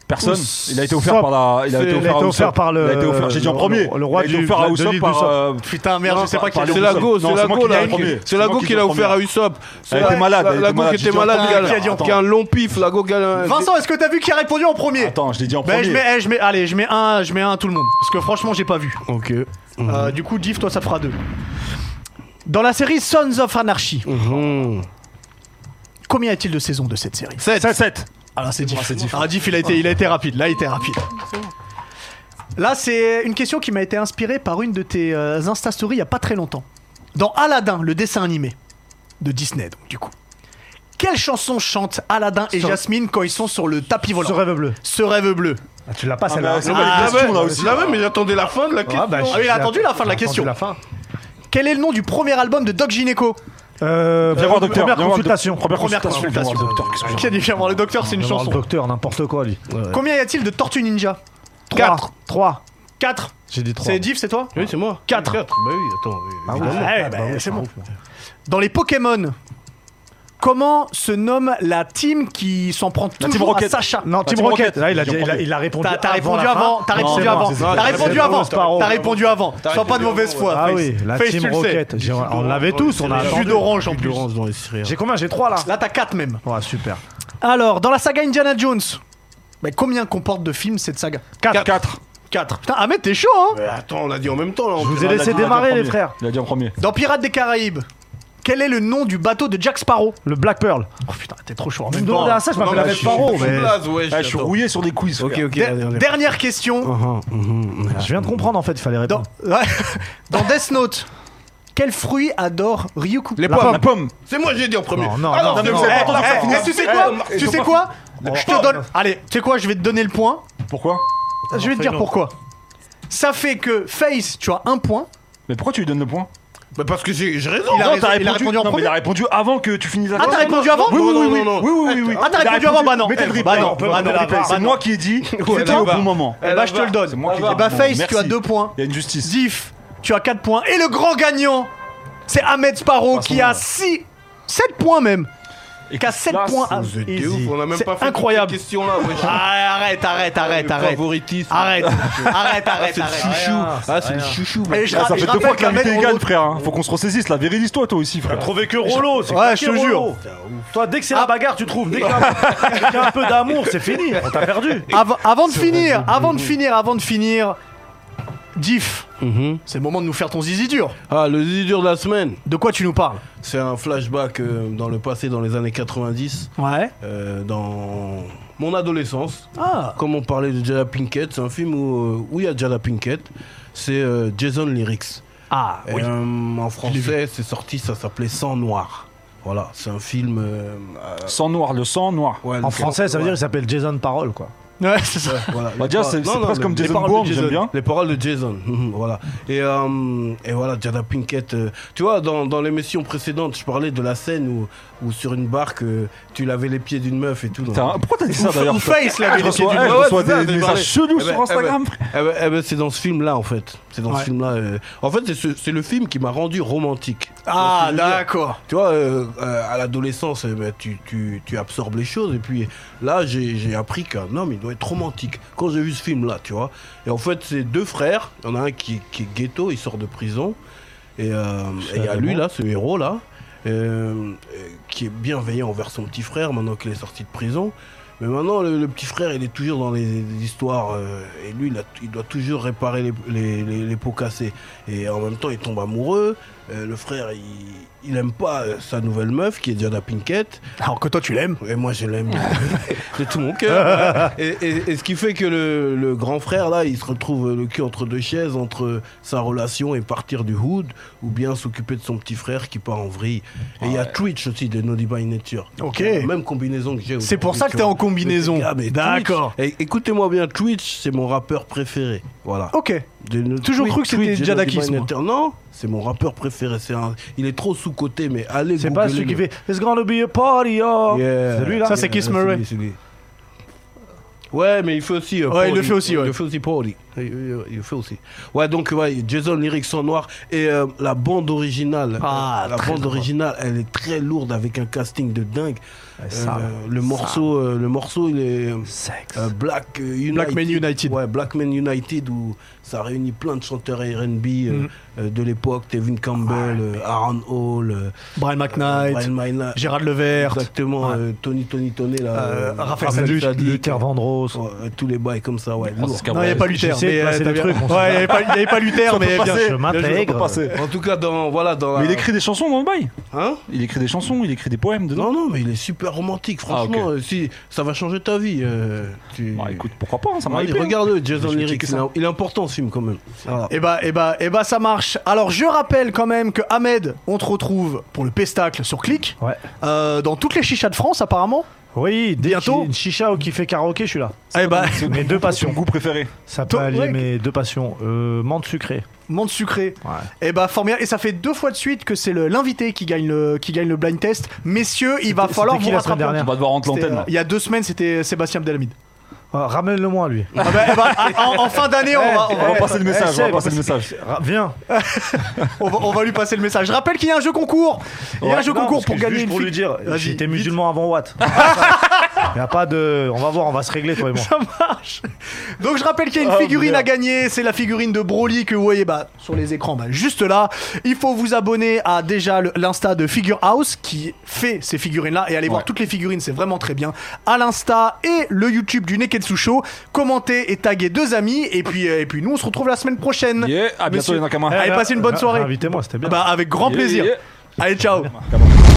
Speaker 2: Personne.
Speaker 4: Oups.
Speaker 2: Il a été offert
Speaker 4: Sop.
Speaker 2: par la. Il a
Speaker 4: C'est-
Speaker 2: été
Speaker 4: il
Speaker 2: offert,
Speaker 4: a été
Speaker 2: à
Speaker 4: offert
Speaker 2: Usopp.
Speaker 4: par le-
Speaker 2: Il a été offert. J'ai dit en
Speaker 4: le-
Speaker 2: premier.
Speaker 4: le roi
Speaker 2: Il a été
Speaker 4: du-
Speaker 2: offert
Speaker 4: de-
Speaker 2: à
Speaker 4: de
Speaker 2: Usopp
Speaker 4: l'île
Speaker 2: par.
Speaker 4: d'Usopp.
Speaker 2: euh,
Speaker 1: Putain, merde, je sais pas qui
Speaker 2: par-
Speaker 1: a
Speaker 2: par
Speaker 12: C'est
Speaker 2: Usopp.
Speaker 12: Lago,
Speaker 2: Non,
Speaker 12: c'est
Speaker 2: moi
Speaker 12: Lago
Speaker 2: qui l'ai
Speaker 12: là.
Speaker 2: en premier.
Speaker 12: C'est
Speaker 2: moi
Speaker 12: Lago qui l'a
Speaker 2: en
Speaker 12: offert à
Speaker 2: premier.
Speaker 12: Usopp. C'est
Speaker 2: Elle était
Speaker 12: la-
Speaker 2: malade,
Speaker 12: la-
Speaker 2: elle était
Speaker 12: Lago
Speaker 2: malade,
Speaker 12: qui
Speaker 2: j'ai
Speaker 12: était
Speaker 2: dit en
Speaker 12: malade,
Speaker 2: premier.
Speaker 12: gars,
Speaker 2: Qui a dit en
Speaker 12: là, qui a un long pif. Lago qui a-
Speaker 1: Vincent, est-ce que t'as vu qui a répondu en premier
Speaker 2: Attends, je l'ai dit en
Speaker 1: Ben, je
Speaker 2: premier.
Speaker 1: mets, eh, je, mets, allez, je mets un, je mets un à tout le monde. Parce que franchement, j'ai pas vu.
Speaker 12: Ok.
Speaker 1: Euh, du coup, Div, toi, ça fera deux. Dans la série Sons of Anarchy,
Speaker 12: Mhm.
Speaker 1: combien y a-t-il de saisons de cette série
Speaker 2: 7 7
Speaker 1: Ah là, c'est Diff. Ah, Diff, il a été, il a été rapide. Là, il était rapide. Là, c'est une question qui m'a été inspirée par une de tes euh, Insta Stories il y a pas très longtemps. Dans Aladdin, le dessin animé de Disney, donc du coup. Quelle chanson chantent Aladdin et
Speaker 4: Sur-
Speaker 1: Jasmine quand ils sont sur le tapis volant
Speaker 4: Ce rêve bleu.
Speaker 1: Ce rêve bleu.
Speaker 4: Ah, tu l'as pas
Speaker 2: Ah,
Speaker 4: celle-là.
Speaker 2: bah, c'est pas les questions, là aussi.
Speaker 3: Ah
Speaker 12: Je l'avais, mais j'attendais la fin de la
Speaker 4: Ah,
Speaker 12: question.
Speaker 4: bah,
Speaker 1: Ah oui, il a attendu la fin de la
Speaker 4: j'ai
Speaker 1: question.
Speaker 4: attendu la fin.
Speaker 1: Quel est le nom du premier album de Doc Gineco
Speaker 4: Euh,
Speaker 2: Viens voir le docteur,
Speaker 4: Première
Speaker 2: viens voir le doc-
Speaker 4: consultation.
Speaker 2: première consultation, viens voir le docteur, qu'est-ce que
Speaker 1: Qui a dit Viens voir le docteur, c'est une
Speaker 4: On va voir
Speaker 1: chanson.
Speaker 4: Le docteur, n'importe quoi, lui.
Speaker 1: Combien y a-t-il de Tortues Ninja
Speaker 4: 4
Speaker 1: 3. 4
Speaker 4: J'ai dit 3.
Speaker 1: C'est Div, c'est toi
Speaker 3: Oui, c'est moi.
Speaker 1: 4.
Speaker 3: Bah oui, attends. oui,
Speaker 1: Ah oui,
Speaker 3: évidemment.
Speaker 1: ouais, bah, c'est bon. Dans les Pokémon, comment se nomme la team qui s'en prend
Speaker 2: La
Speaker 1: toujours
Speaker 2: Team
Speaker 1: à
Speaker 2: Rocket.
Speaker 1: Sacha
Speaker 4: Non, Team
Speaker 2: Team
Speaker 4: Rocket,
Speaker 2: Rocket.
Speaker 4: là, il a,
Speaker 2: Team
Speaker 4: il a-
Speaker 2: Rocket.
Speaker 4: il a répondu
Speaker 1: T'as
Speaker 4: avant.
Speaker 1: t'as répondu
Speaker 4: la
Speaker 1: avant,
Speaker 4: fin.
Speaker 1: t'as
Speaker 4: Non,
Speaker 1: répondu
Speaker 4: c'est bon,
Speaker 1: avant,
Speaker 4: c'est ça.
Speaker 1: t'as répondu
Speaker 4: C'est bon,
Speaker 1: avant,
Speaker 4: c'est pas grave.
Speaker 1: t'as répondu avant.
Speaker 13: T'as
Speaker 1: Sois pas de
Speaker 13: répondu
Speaker 1: mauvaise
Speaker 13: avant,
Speaker 1: foi.
Speaker 4: Ah
Speaker 1: Face.
Speaker 4: oui, la
Speaker 1: Face,
Speaker 4: Team
Speaker 1: tu le sais.
Speaker 4: Rocket. J'ai- On l'avait tous, on a
Speaker 1: Jus
Speaker 4: attendu.
Speaker 1: d'orange en
Speaker 3: Plus
Speaker 1: plus.
Speaker 3: d'orange dans les cerises.
Speaker 4: J'ai combien J'ai 3 là
Speaker 1: Là, t'as 4 même.
Speaker 4: Ouais, super.
Speaker 1: Alors, dans la saga Indiana Jones, bah, combien comporte de films cette saga
Speaker 4: 4.
Speaker 2: 4.
Speaker 1: 4. Putain, Ahmed, t'es chaud, hein
Speaker 3: Mais attends, on l'a dit en même temps là.
Speaker 4: Je vous ai laissé démarrer, les frères.
Speaker 2: Il a dit en premier.
Speaker 1: Dans Pirates des Caraïbes, quel est le nom du bateau de Jack Sparrow
Speaker 4: Le Black Pearl.
Speaker 1: Oh putain, t'es trop chaud. en
Speaker 4: Vous
Speaker 1: même
Speaker 4: me
Speaker 1: temps,
Speaker 4: demandez
Speaker 1: hein.
Speaker 4: à ça, je m'appelle
Speaker 3: la
Speaker 4: Ahmed Paro. mais-
Speaker 2: Ah, je suis rouillé sur des quiz.
Speaker 3: Ok,
Speaker 2: frère.
Speaker 3: ok.
Speaker 1: De-
Speaker 3: allez, allez.
Speaker 1: dernière question. [LAUGHS]
Speaker 3: Mhm, mhm, mhm.
Speaker 4: Je viens de comprendre, en fait, il fallait
Speaker 1: Dans,
Speaker 4: répondre.
Speaker 1: dans Death Note, quel fruit adore Ryuku
Speaker 3: Les
Speaker 1: La-
Speaker 3: pommes.
Speaker 2: La pomme.
Speaker 3: C'est moi j'ai dit en premier.
Speaker 4: Non, non,
Speaker 3: Ah,
Speaker 4: non,
Speaker 3: c'est
Speaker 4: non,
Speaker 3: vous
Speaker 4: non.
Speaker 3: avez pas
Speaker 1: Eh,
Speaker 3: entendu
Speaker 1: eh,
Speaker 3: ça,
Speaker 1: eh,
Speaker 3: finir.
Speaker 1: tu sais quoi Tu sais quoi Je te donne. Allez, tu sais quoi Je vais te donner le point.
Speaker 2: Pourquoi
Speaker 1: Je vais te dire pourquoi. Ça fait que Face, tu as un point.
Speaker 2: Mais pourquoi tu lui donnes le point
Speaker 3: Bah, parce que j'ai j'ai raison.
Speaker 1: Il a
Speaker 2: Non,
Speaker 1: raison-
Speaker 2: t'as
Speaker 1: il a répondu en
Speaker 2: non, mais
Speaker 1: premier.
Speaker 2: il a répondu avant que tu finisses la
Speaker 1: Ah, t'as
Speaker 2: question.
Speaker 1: répondu avant
Speaker 2: Oui, oui,
Speaker 3: Non,
Speaker 2: oui,
Speaker 3: non,
Speaker 2: oui,
Speaker 3: non, non.
Speaker 2: oui, oui, oui, oui.
Speaker 1: Ah, t'as
Speaker 2: Il a
Speaker 1: répondu avant Bah non.
Speaker 2: Mettez le
Speaker 1: Eh,
Speaker 2: replay,
Speaker 1: bah non,
Speaker 2: on peut
Speaker 1: bah
Speaker 2: mettre
Speaker 1: non,
Speaker 2: le
Speaker 1: bah
Speaker 2: replay.
Speaker 1: non.
Speaker 2: C'est moi qui ai dit. C'était au bon moment.
Speaker 4: ben,
Speaker 1: Eh bah, je te le donne.
Speaker 2: C'est moi qui ai
Speaker 1: Eh
Speaker 2: dit
Speaker 1: bah,
Speaker 2: bon,
Speaker 1: Face, tu
Speaker 2: merci.
Speaker 1: as deux points.
Speaker 2: Il y a une justice.
Speaker 1: Diff, tu as 4 points. Et le grand gagnant, c'est Ahmed Sparrow
Speaker 2: De toute
Speaker 1: qui
Speaker 2: façon,
Speaker 1: a
Speaker 2: ouais.
Speaker 1: 6, 7 points même. Qui a 7
Speaker 2: là,
Speaker 1: points.
Speaker 2: c'est-
Speaker 1: Ah,
Speaker 3: Vous êtes des
Speaker 1: easy.
Speaker 3: ouf, on a même
Speaker 1: C'est
Speaker 3: pas fait
Speaker 1: incroyable.
Speaker 3: cette question là.
Speaker 1: Ah, arrête, arrête, arrête, arrête.
Speaker 3: Favoritisme.
Speaker 1: Arrête, arrête, arrête,
Speaker 3: C'est le
Speaker 1: arrête.
Speaker 3: chouchou. Ah, c'est le chouchou.
Speaker 1: Et je,
Speaker 2: Ah,
Speaker 1: ra-
Speaker 2: ça
Speaker 1: je
Speaker 2: fait deux
Speaker 1: rappelle
Speaker 2: fois que la
Speaker 1: qu'Ahmed,
Speaker 2: vérité
Speaker 1: on-
Speaker 2: gagne, frère. hein. Faut qu'on se ressaisisse. La virilise-toi, toi aussi, frère.
Speaker 4: Trouvé que Rollo, c'est
Speaker 1: Ouais,
Speaker 4: que
Speaker 1: je te Ah.
Speaker 4: Rollo. Toi, dès que
Speaker 3: Ah.
Speaker 4: c'est la bagarre, tu trouves. Dès qu'il
Speaker 1: [LAUGHS]
Speaker 4: y a dès qu'il y a un [LAUGHS] peu d'amour, c'est fini. On t'a perdu.
Speaker 1: Avant, avant de finir, avant
Speaker 3: Mm-hmm.
Speaker 1: de finir, avant de finir, Diff, c'est le moment de nous faire ton zizi dur.
Speaker 3: Mm-hmm. Ah, le zizi dur de la semaine.
Speaker 1: De quoi tu nous parles
Speaker 3: C'est un flashback euh, dans le passé, dans les années 90,
Speaker 1: Ouais.
Speaker 3: euh, dans mon adolescence.
Speaker 1: Ah.
Speaker 3: Comme on parlait de Jada Pinkett, c'est un film où euh, où il y a Jada Pinkett. C'est euh, Jason Lyrics.
Speaker 1: Ah,
Speaker 3: Et,
Speaker 1: oui. [LAUGHS]
Speaker 3: euh, en français, c'est sorti, ça s'appelait Sang Noir. Voilà, c'est un film. euh, euh,
Speaker 2: Sang noir, le sang noir.
Speaker 3: ouais,
Speaker 4: En
Speaker 3: le-
Speaker 4: français, ça veut dire qu'il s'appelle Jason Parole, quoi.
Speaker 1: Ouais, c'est ça.
Speaker 3: Voilà,
Speaker 2: Bah,
Speaker 3: les
Speaker 2: déjà,
Speaker 3: paroles-
Speaker 2: c'est-
Speaker 3: non,
Speaker 2: c'est
Speaker 3: non,
Speaker 2: presque
Speaker 3: les-
Speaker 2: comme
Speaker 3: les
Speaker 2: Jason
Speaker 3: paroles de
Speaker 2: Bourne, j'aime
Speaker 3: Jason.
Speaker 2: bien.
Speaker 3: Les paroles de Jason, [LAUGHS] mhm, voilà. Et, euh, et voilà, Jada Pinkett. euh, tu vois, dans, dans l'émission précédente, je parlais de la scène où, où sur une barque, euh, tu lavais les pieds d'une meuf et tout. donc-
Speaker 2: Putain, Pourquoi t'as dit ça d'ailleurs
Speaker 1: Ou
Speaker 2: frère
Speaker 1: Face, la
Speaker 2: Je
Speaker 1: vérité
Speaker 2: reçois,
Speaker 1: du
Speaker 2: eh, je
Speaker 3: Ouais, ouais,
Speaker 2: reçois
Speaker 3: c'est ça,
Speaker 2: des
Speaker 3: j'ai
Speaker 2: messages
Speaker 3: parlé.
Speaker 2: chelous
Speaker 3: Eh ben,
Speaker 2: sur Instagram,
Speaker 3: eh
Speaker 2: frère.
Speaker 3: ben, eh ben, eh ben, c'est dans ce film-là, en fait. C'est dans
Speaker 1: Ouais.
Speaker 3: ce film-là. euh, En fait, c'est ce- c'est le film qui m'a rendu romantique.
Speaker 1: Ah,
Speaker 3: Tu vois ce que je veux dire
Speaker 1: d'accord.
Speaker 3: tu vois, euh, euh, à l'adolescence, eh ben, tu, tu- tu absorbes les choses. Et puis là, j'ai j'ai appris qu'un homme, il doit être romantique. Quand j'ai vu ce film-là, tu vois. Et en fait, c'est deux frères. Il y en a un qui, qui est ghetto, il sort de prison. Et euh, et il y a lui, là, ce héros-là, euh, euh, qui est bienveillant envers son petit frère maintenant qu'il est sorti de prison. Mais maintenant, le, le petit frère, il est toujours dans les, les histoires. euh, et lui, il, a- il doit toujours réparer les, les- les- les pots cassés. Et en même temps, il tombe amoureux. Euh, le frère, il, il aime pas euh, sa nouvelle meuf, qui est Jada Pinkett.
Speaker 1: Alors que toi, tu l'aimes.
Speaker 3: Et moi, je l'aime de tout mon cœur. et, et- et ce qui fait que le, le grand frère, là, il se retrouve le cul entre deux chaises, entre sa relation et partir du hood, ou bien s'occuper de son petit frère qui part en vrille. Et il y a Twitch aussi de No By Nature.
Speaker 1: Ok.
Speaker 3: La Même combinaison que j'ai.
Speaker 1: C'est pour ça que t'es en combinaison.
Speaker 3: Ah, mais Twitch.
Speaker 1: D'accord.
Speaker 3: Eh, Écoutez-moi bien, Twitch, c'est mon rappeur préféré. Voilà.
Speaker 1: Ok.
Speaker 3: De no-
Speaker 1: Toujours cru que c'était
Speaker 3: de No
Speaker 1: Jadakis,
Speaker 3: Divine
Speaker 1: moi.
Speaker 3: Nature. Non, c'est mon rappeur préféré. C'est un- Il est trop sous-côté, mais allez
Speaker 4: C'est pas celui qui fait It's gonna be a party, yo.
Speaker 3: Yeah.
Speaker 4: C'est lui, là
Speaker 1: Ça, c'est Keith
Speaker 3: celui-
Speaker 1: Murray.
Speaker 3: celui. Ouais, mais il fait aussi. euh,
Speaker 1: Ouais, il
Speaker 3: Pauli.
Speaker 1: le fait aussi, ouais.
Speaker 3: Il le fait aussi Pauli. Il- Il il le fait aussi. Ouais, donc ouais, Jason Lyrics en noir et euh, la bande originale.
Speaker 1: Ah,
Speaker 3: euh, la
Speaker 1: très
Speaker 3: bande
Speaker 1: drôle.
Speaker 3: originale, elle est très lourde avec un casting de dingue.
Speaker 4: ça,
Speaker 3: Euh, le morceau, euh, le morceau, il est euh,
Speaker 4: Sexe.
Speaker 3: euh, Black euh, United.
Speaker 1: Black Men United.
Speaker 3: Ouais, Black Men United où ça réunit plein de chanteurs R&B euh, euh, de l'époque, Tevin Campbell, euh, Aaron Hall, euh,
Speaker 1: Brian
Speaker 3: Brian
Speaker 1: McKnight,
Speaker 3: Maynard.
Speaker 1: Gérard Levert.
Speaker 3: Exactement, euh, Tony, Tony, Tony, là.
Speaker 1: Euh,
Speaker 3: euh,
Speaker 1: Raphaël
Speaker 3: Sadik,
Speaker 1: Sadik,
Speaker 4: Luther Vandross.
Speaker 3: ouais, euh, tous les bails comme ça, ouais. lourd.
Speaker 1: Non, il n'y a pas Luther.
Speaker 4: J'essaie de
Speaker 1: Mais euh,
Speaker 4: placer
Speaker 1: t'as
Speaker 4: des
Speaker 1: bien-
Speaker 4: trucs, on s'en
Speaker 1: Ouais, il n'y avait pas Luther, mais bien
Speaker 4: passer.
Speaker 1: sûr.
Speaker 4: Je m'intègre.
Speaker 2: passer.
Speaker 3: En tout cas, dans, voilà, dans la-
Speaker 2: Mais il écrit des chansons dans le bail.
Speaker 3: Hein
Speaker 2: Il écrit des chansons, il écrit des poèmes dedans.
Speaker 3: non, non, mais il est super romantique,
Speaker 2: Ah, ok.
Speaker 3: franchement. euh, si, ça va changer ta vie. euh, tu...
Speaker 2: Bah écoute, pourquoi pas, hein, ça m'a
Speaker 3: Allez,
Speaker 2: hypé, hein.
Speaker 3: regarde Jason
Speaker 2: Je vais
Speaker 3: Lyric,
Speaker 2: checker
Speaker 3: il,
Speaker 2: ça.
Speaker 3: est- il est important ce film quand même. Voilà.
Speaker 1: Et bah, et bah, et bah, ça marche. Alors, je rappelle quand même que Ahmed, on te retrouve pour le pestacle sur Click.
Speaker 4: Ouais.
Speaker 1: Euh, dans toutes les chichas de France, apparemment.
Speaker 4: Oui, dès
Speaker 1: Bientôt.
Speaker 4: qu'il y a Une chicha ou qui fait karaoké, je suis là.
Speaker 1: Eh ben,
Speaker 4: mes deux passions.
Speaker 2: goût préféré.
Speaker 4: Ça peut
Speaker 1: Toi,
Speaker 4: allier
Speaker 1: ouais.
Speaker 4: mes deux passions. Euh, menthe sucrée.
Speaker 1: Monde sucré.
Speaker 4: Ouais.
Speaker 1: Et bah formidable. Et ça fait deux fois de suite que c'est le- l'invité qui gagne le qui gagne le blind test. Messieurs, il va
Speaker 4: C'était-
Speaker 1: falloir
Speaker 4: c'était
Speaker 1: vous
Speaker 4: qui la semaine
Speaker 1: rattraper.
Speaker 4: dernière
Speaker 2: On va devoir rendre
Speaker 1: C'était,
Speaker 3: Eh,
Speaker 2: l'antenne.
Speaker 1: euh,
Speaker 2: là.
Speaker 1: Il y a deux semaines, c'était Sébastien Abdelhamid.
Speaker 4: Ah, Ramène-le-moi, lui.
Speaker 1: Ah bah, eh
Speaker 4: [LAUGHS]
Speaker 1: bah, en, en fin d'année, on
Speaker 3: oh,
Speaker 1: va, on,
Speaker 2: On
Speaker 1: va,
Speaker 2: va passer le message,
Speaker 3: Eh,
Speaker 2: on va
Speaker 4: Seb,
Speaker 2: passer le message.
Speaker 4: Ra- Viens.
Speaker 1: on va- on va lui passer le message. Je rappelle qu'il y a un jeu concours. Il y a un
Speaker 4: Ouais,
Speaker 1: jeu
Speaker 4: non,
Speaker 1: concours
Speaker 4: parce
Speaker 1: pour
Speaker 4: que
Speaker 1: gagner
Speaker 4: juste
Speaker 1: une
Speaker 4: pour
Speaker 1: fille.
Speaker 4: lui dire,
Speaker 1: Vas-y,
Speaker 4: j'étais
Speaker 1: vite.
Speaker 4: musulman avant
Speaker 1: [LAUGHS]
Speaker 4: Watt. Il a pas de. On va voir, on va se régler, toi et moi.
Speaker 1: Ça marche. Donc je rappelle
Speaker 2: Ah,
Speaker 1: qu'il y a une figurine à gagner, c'est la figurine de Broly que vous voyez bah, sur les écrans, bah, juste là. Il faut vous abonner à déjà le- l'insta de Figure House qui fait ces figurines-là et aller voir toutes les figurines, c'est vraiment très bien. À l'insta et le YouTube du Neketsu Show, commentez et taguez deux amis et puis euh, et puis nous on se retrouve la semaine prochaine.
Speaker 2: Yeah, à bientôt
Speaker 1: Monsieur-
Speaker 2: les Nakamas.
Speaker 1: Allez,
Speaker 4: Eh,
Speaker 1: passez une bonne
Speaker 4: ra-
Speaker 1: soirée.
Speaker 4: Invitez-moi, c'était bien.
Speaker 1: Bah avec grand
Speaker 2: Yeah,
Speaker 1: plaisir.
Speaker 2: yeah.
Speaker 1: Allez ciao.
Speaker 2: Nakamas.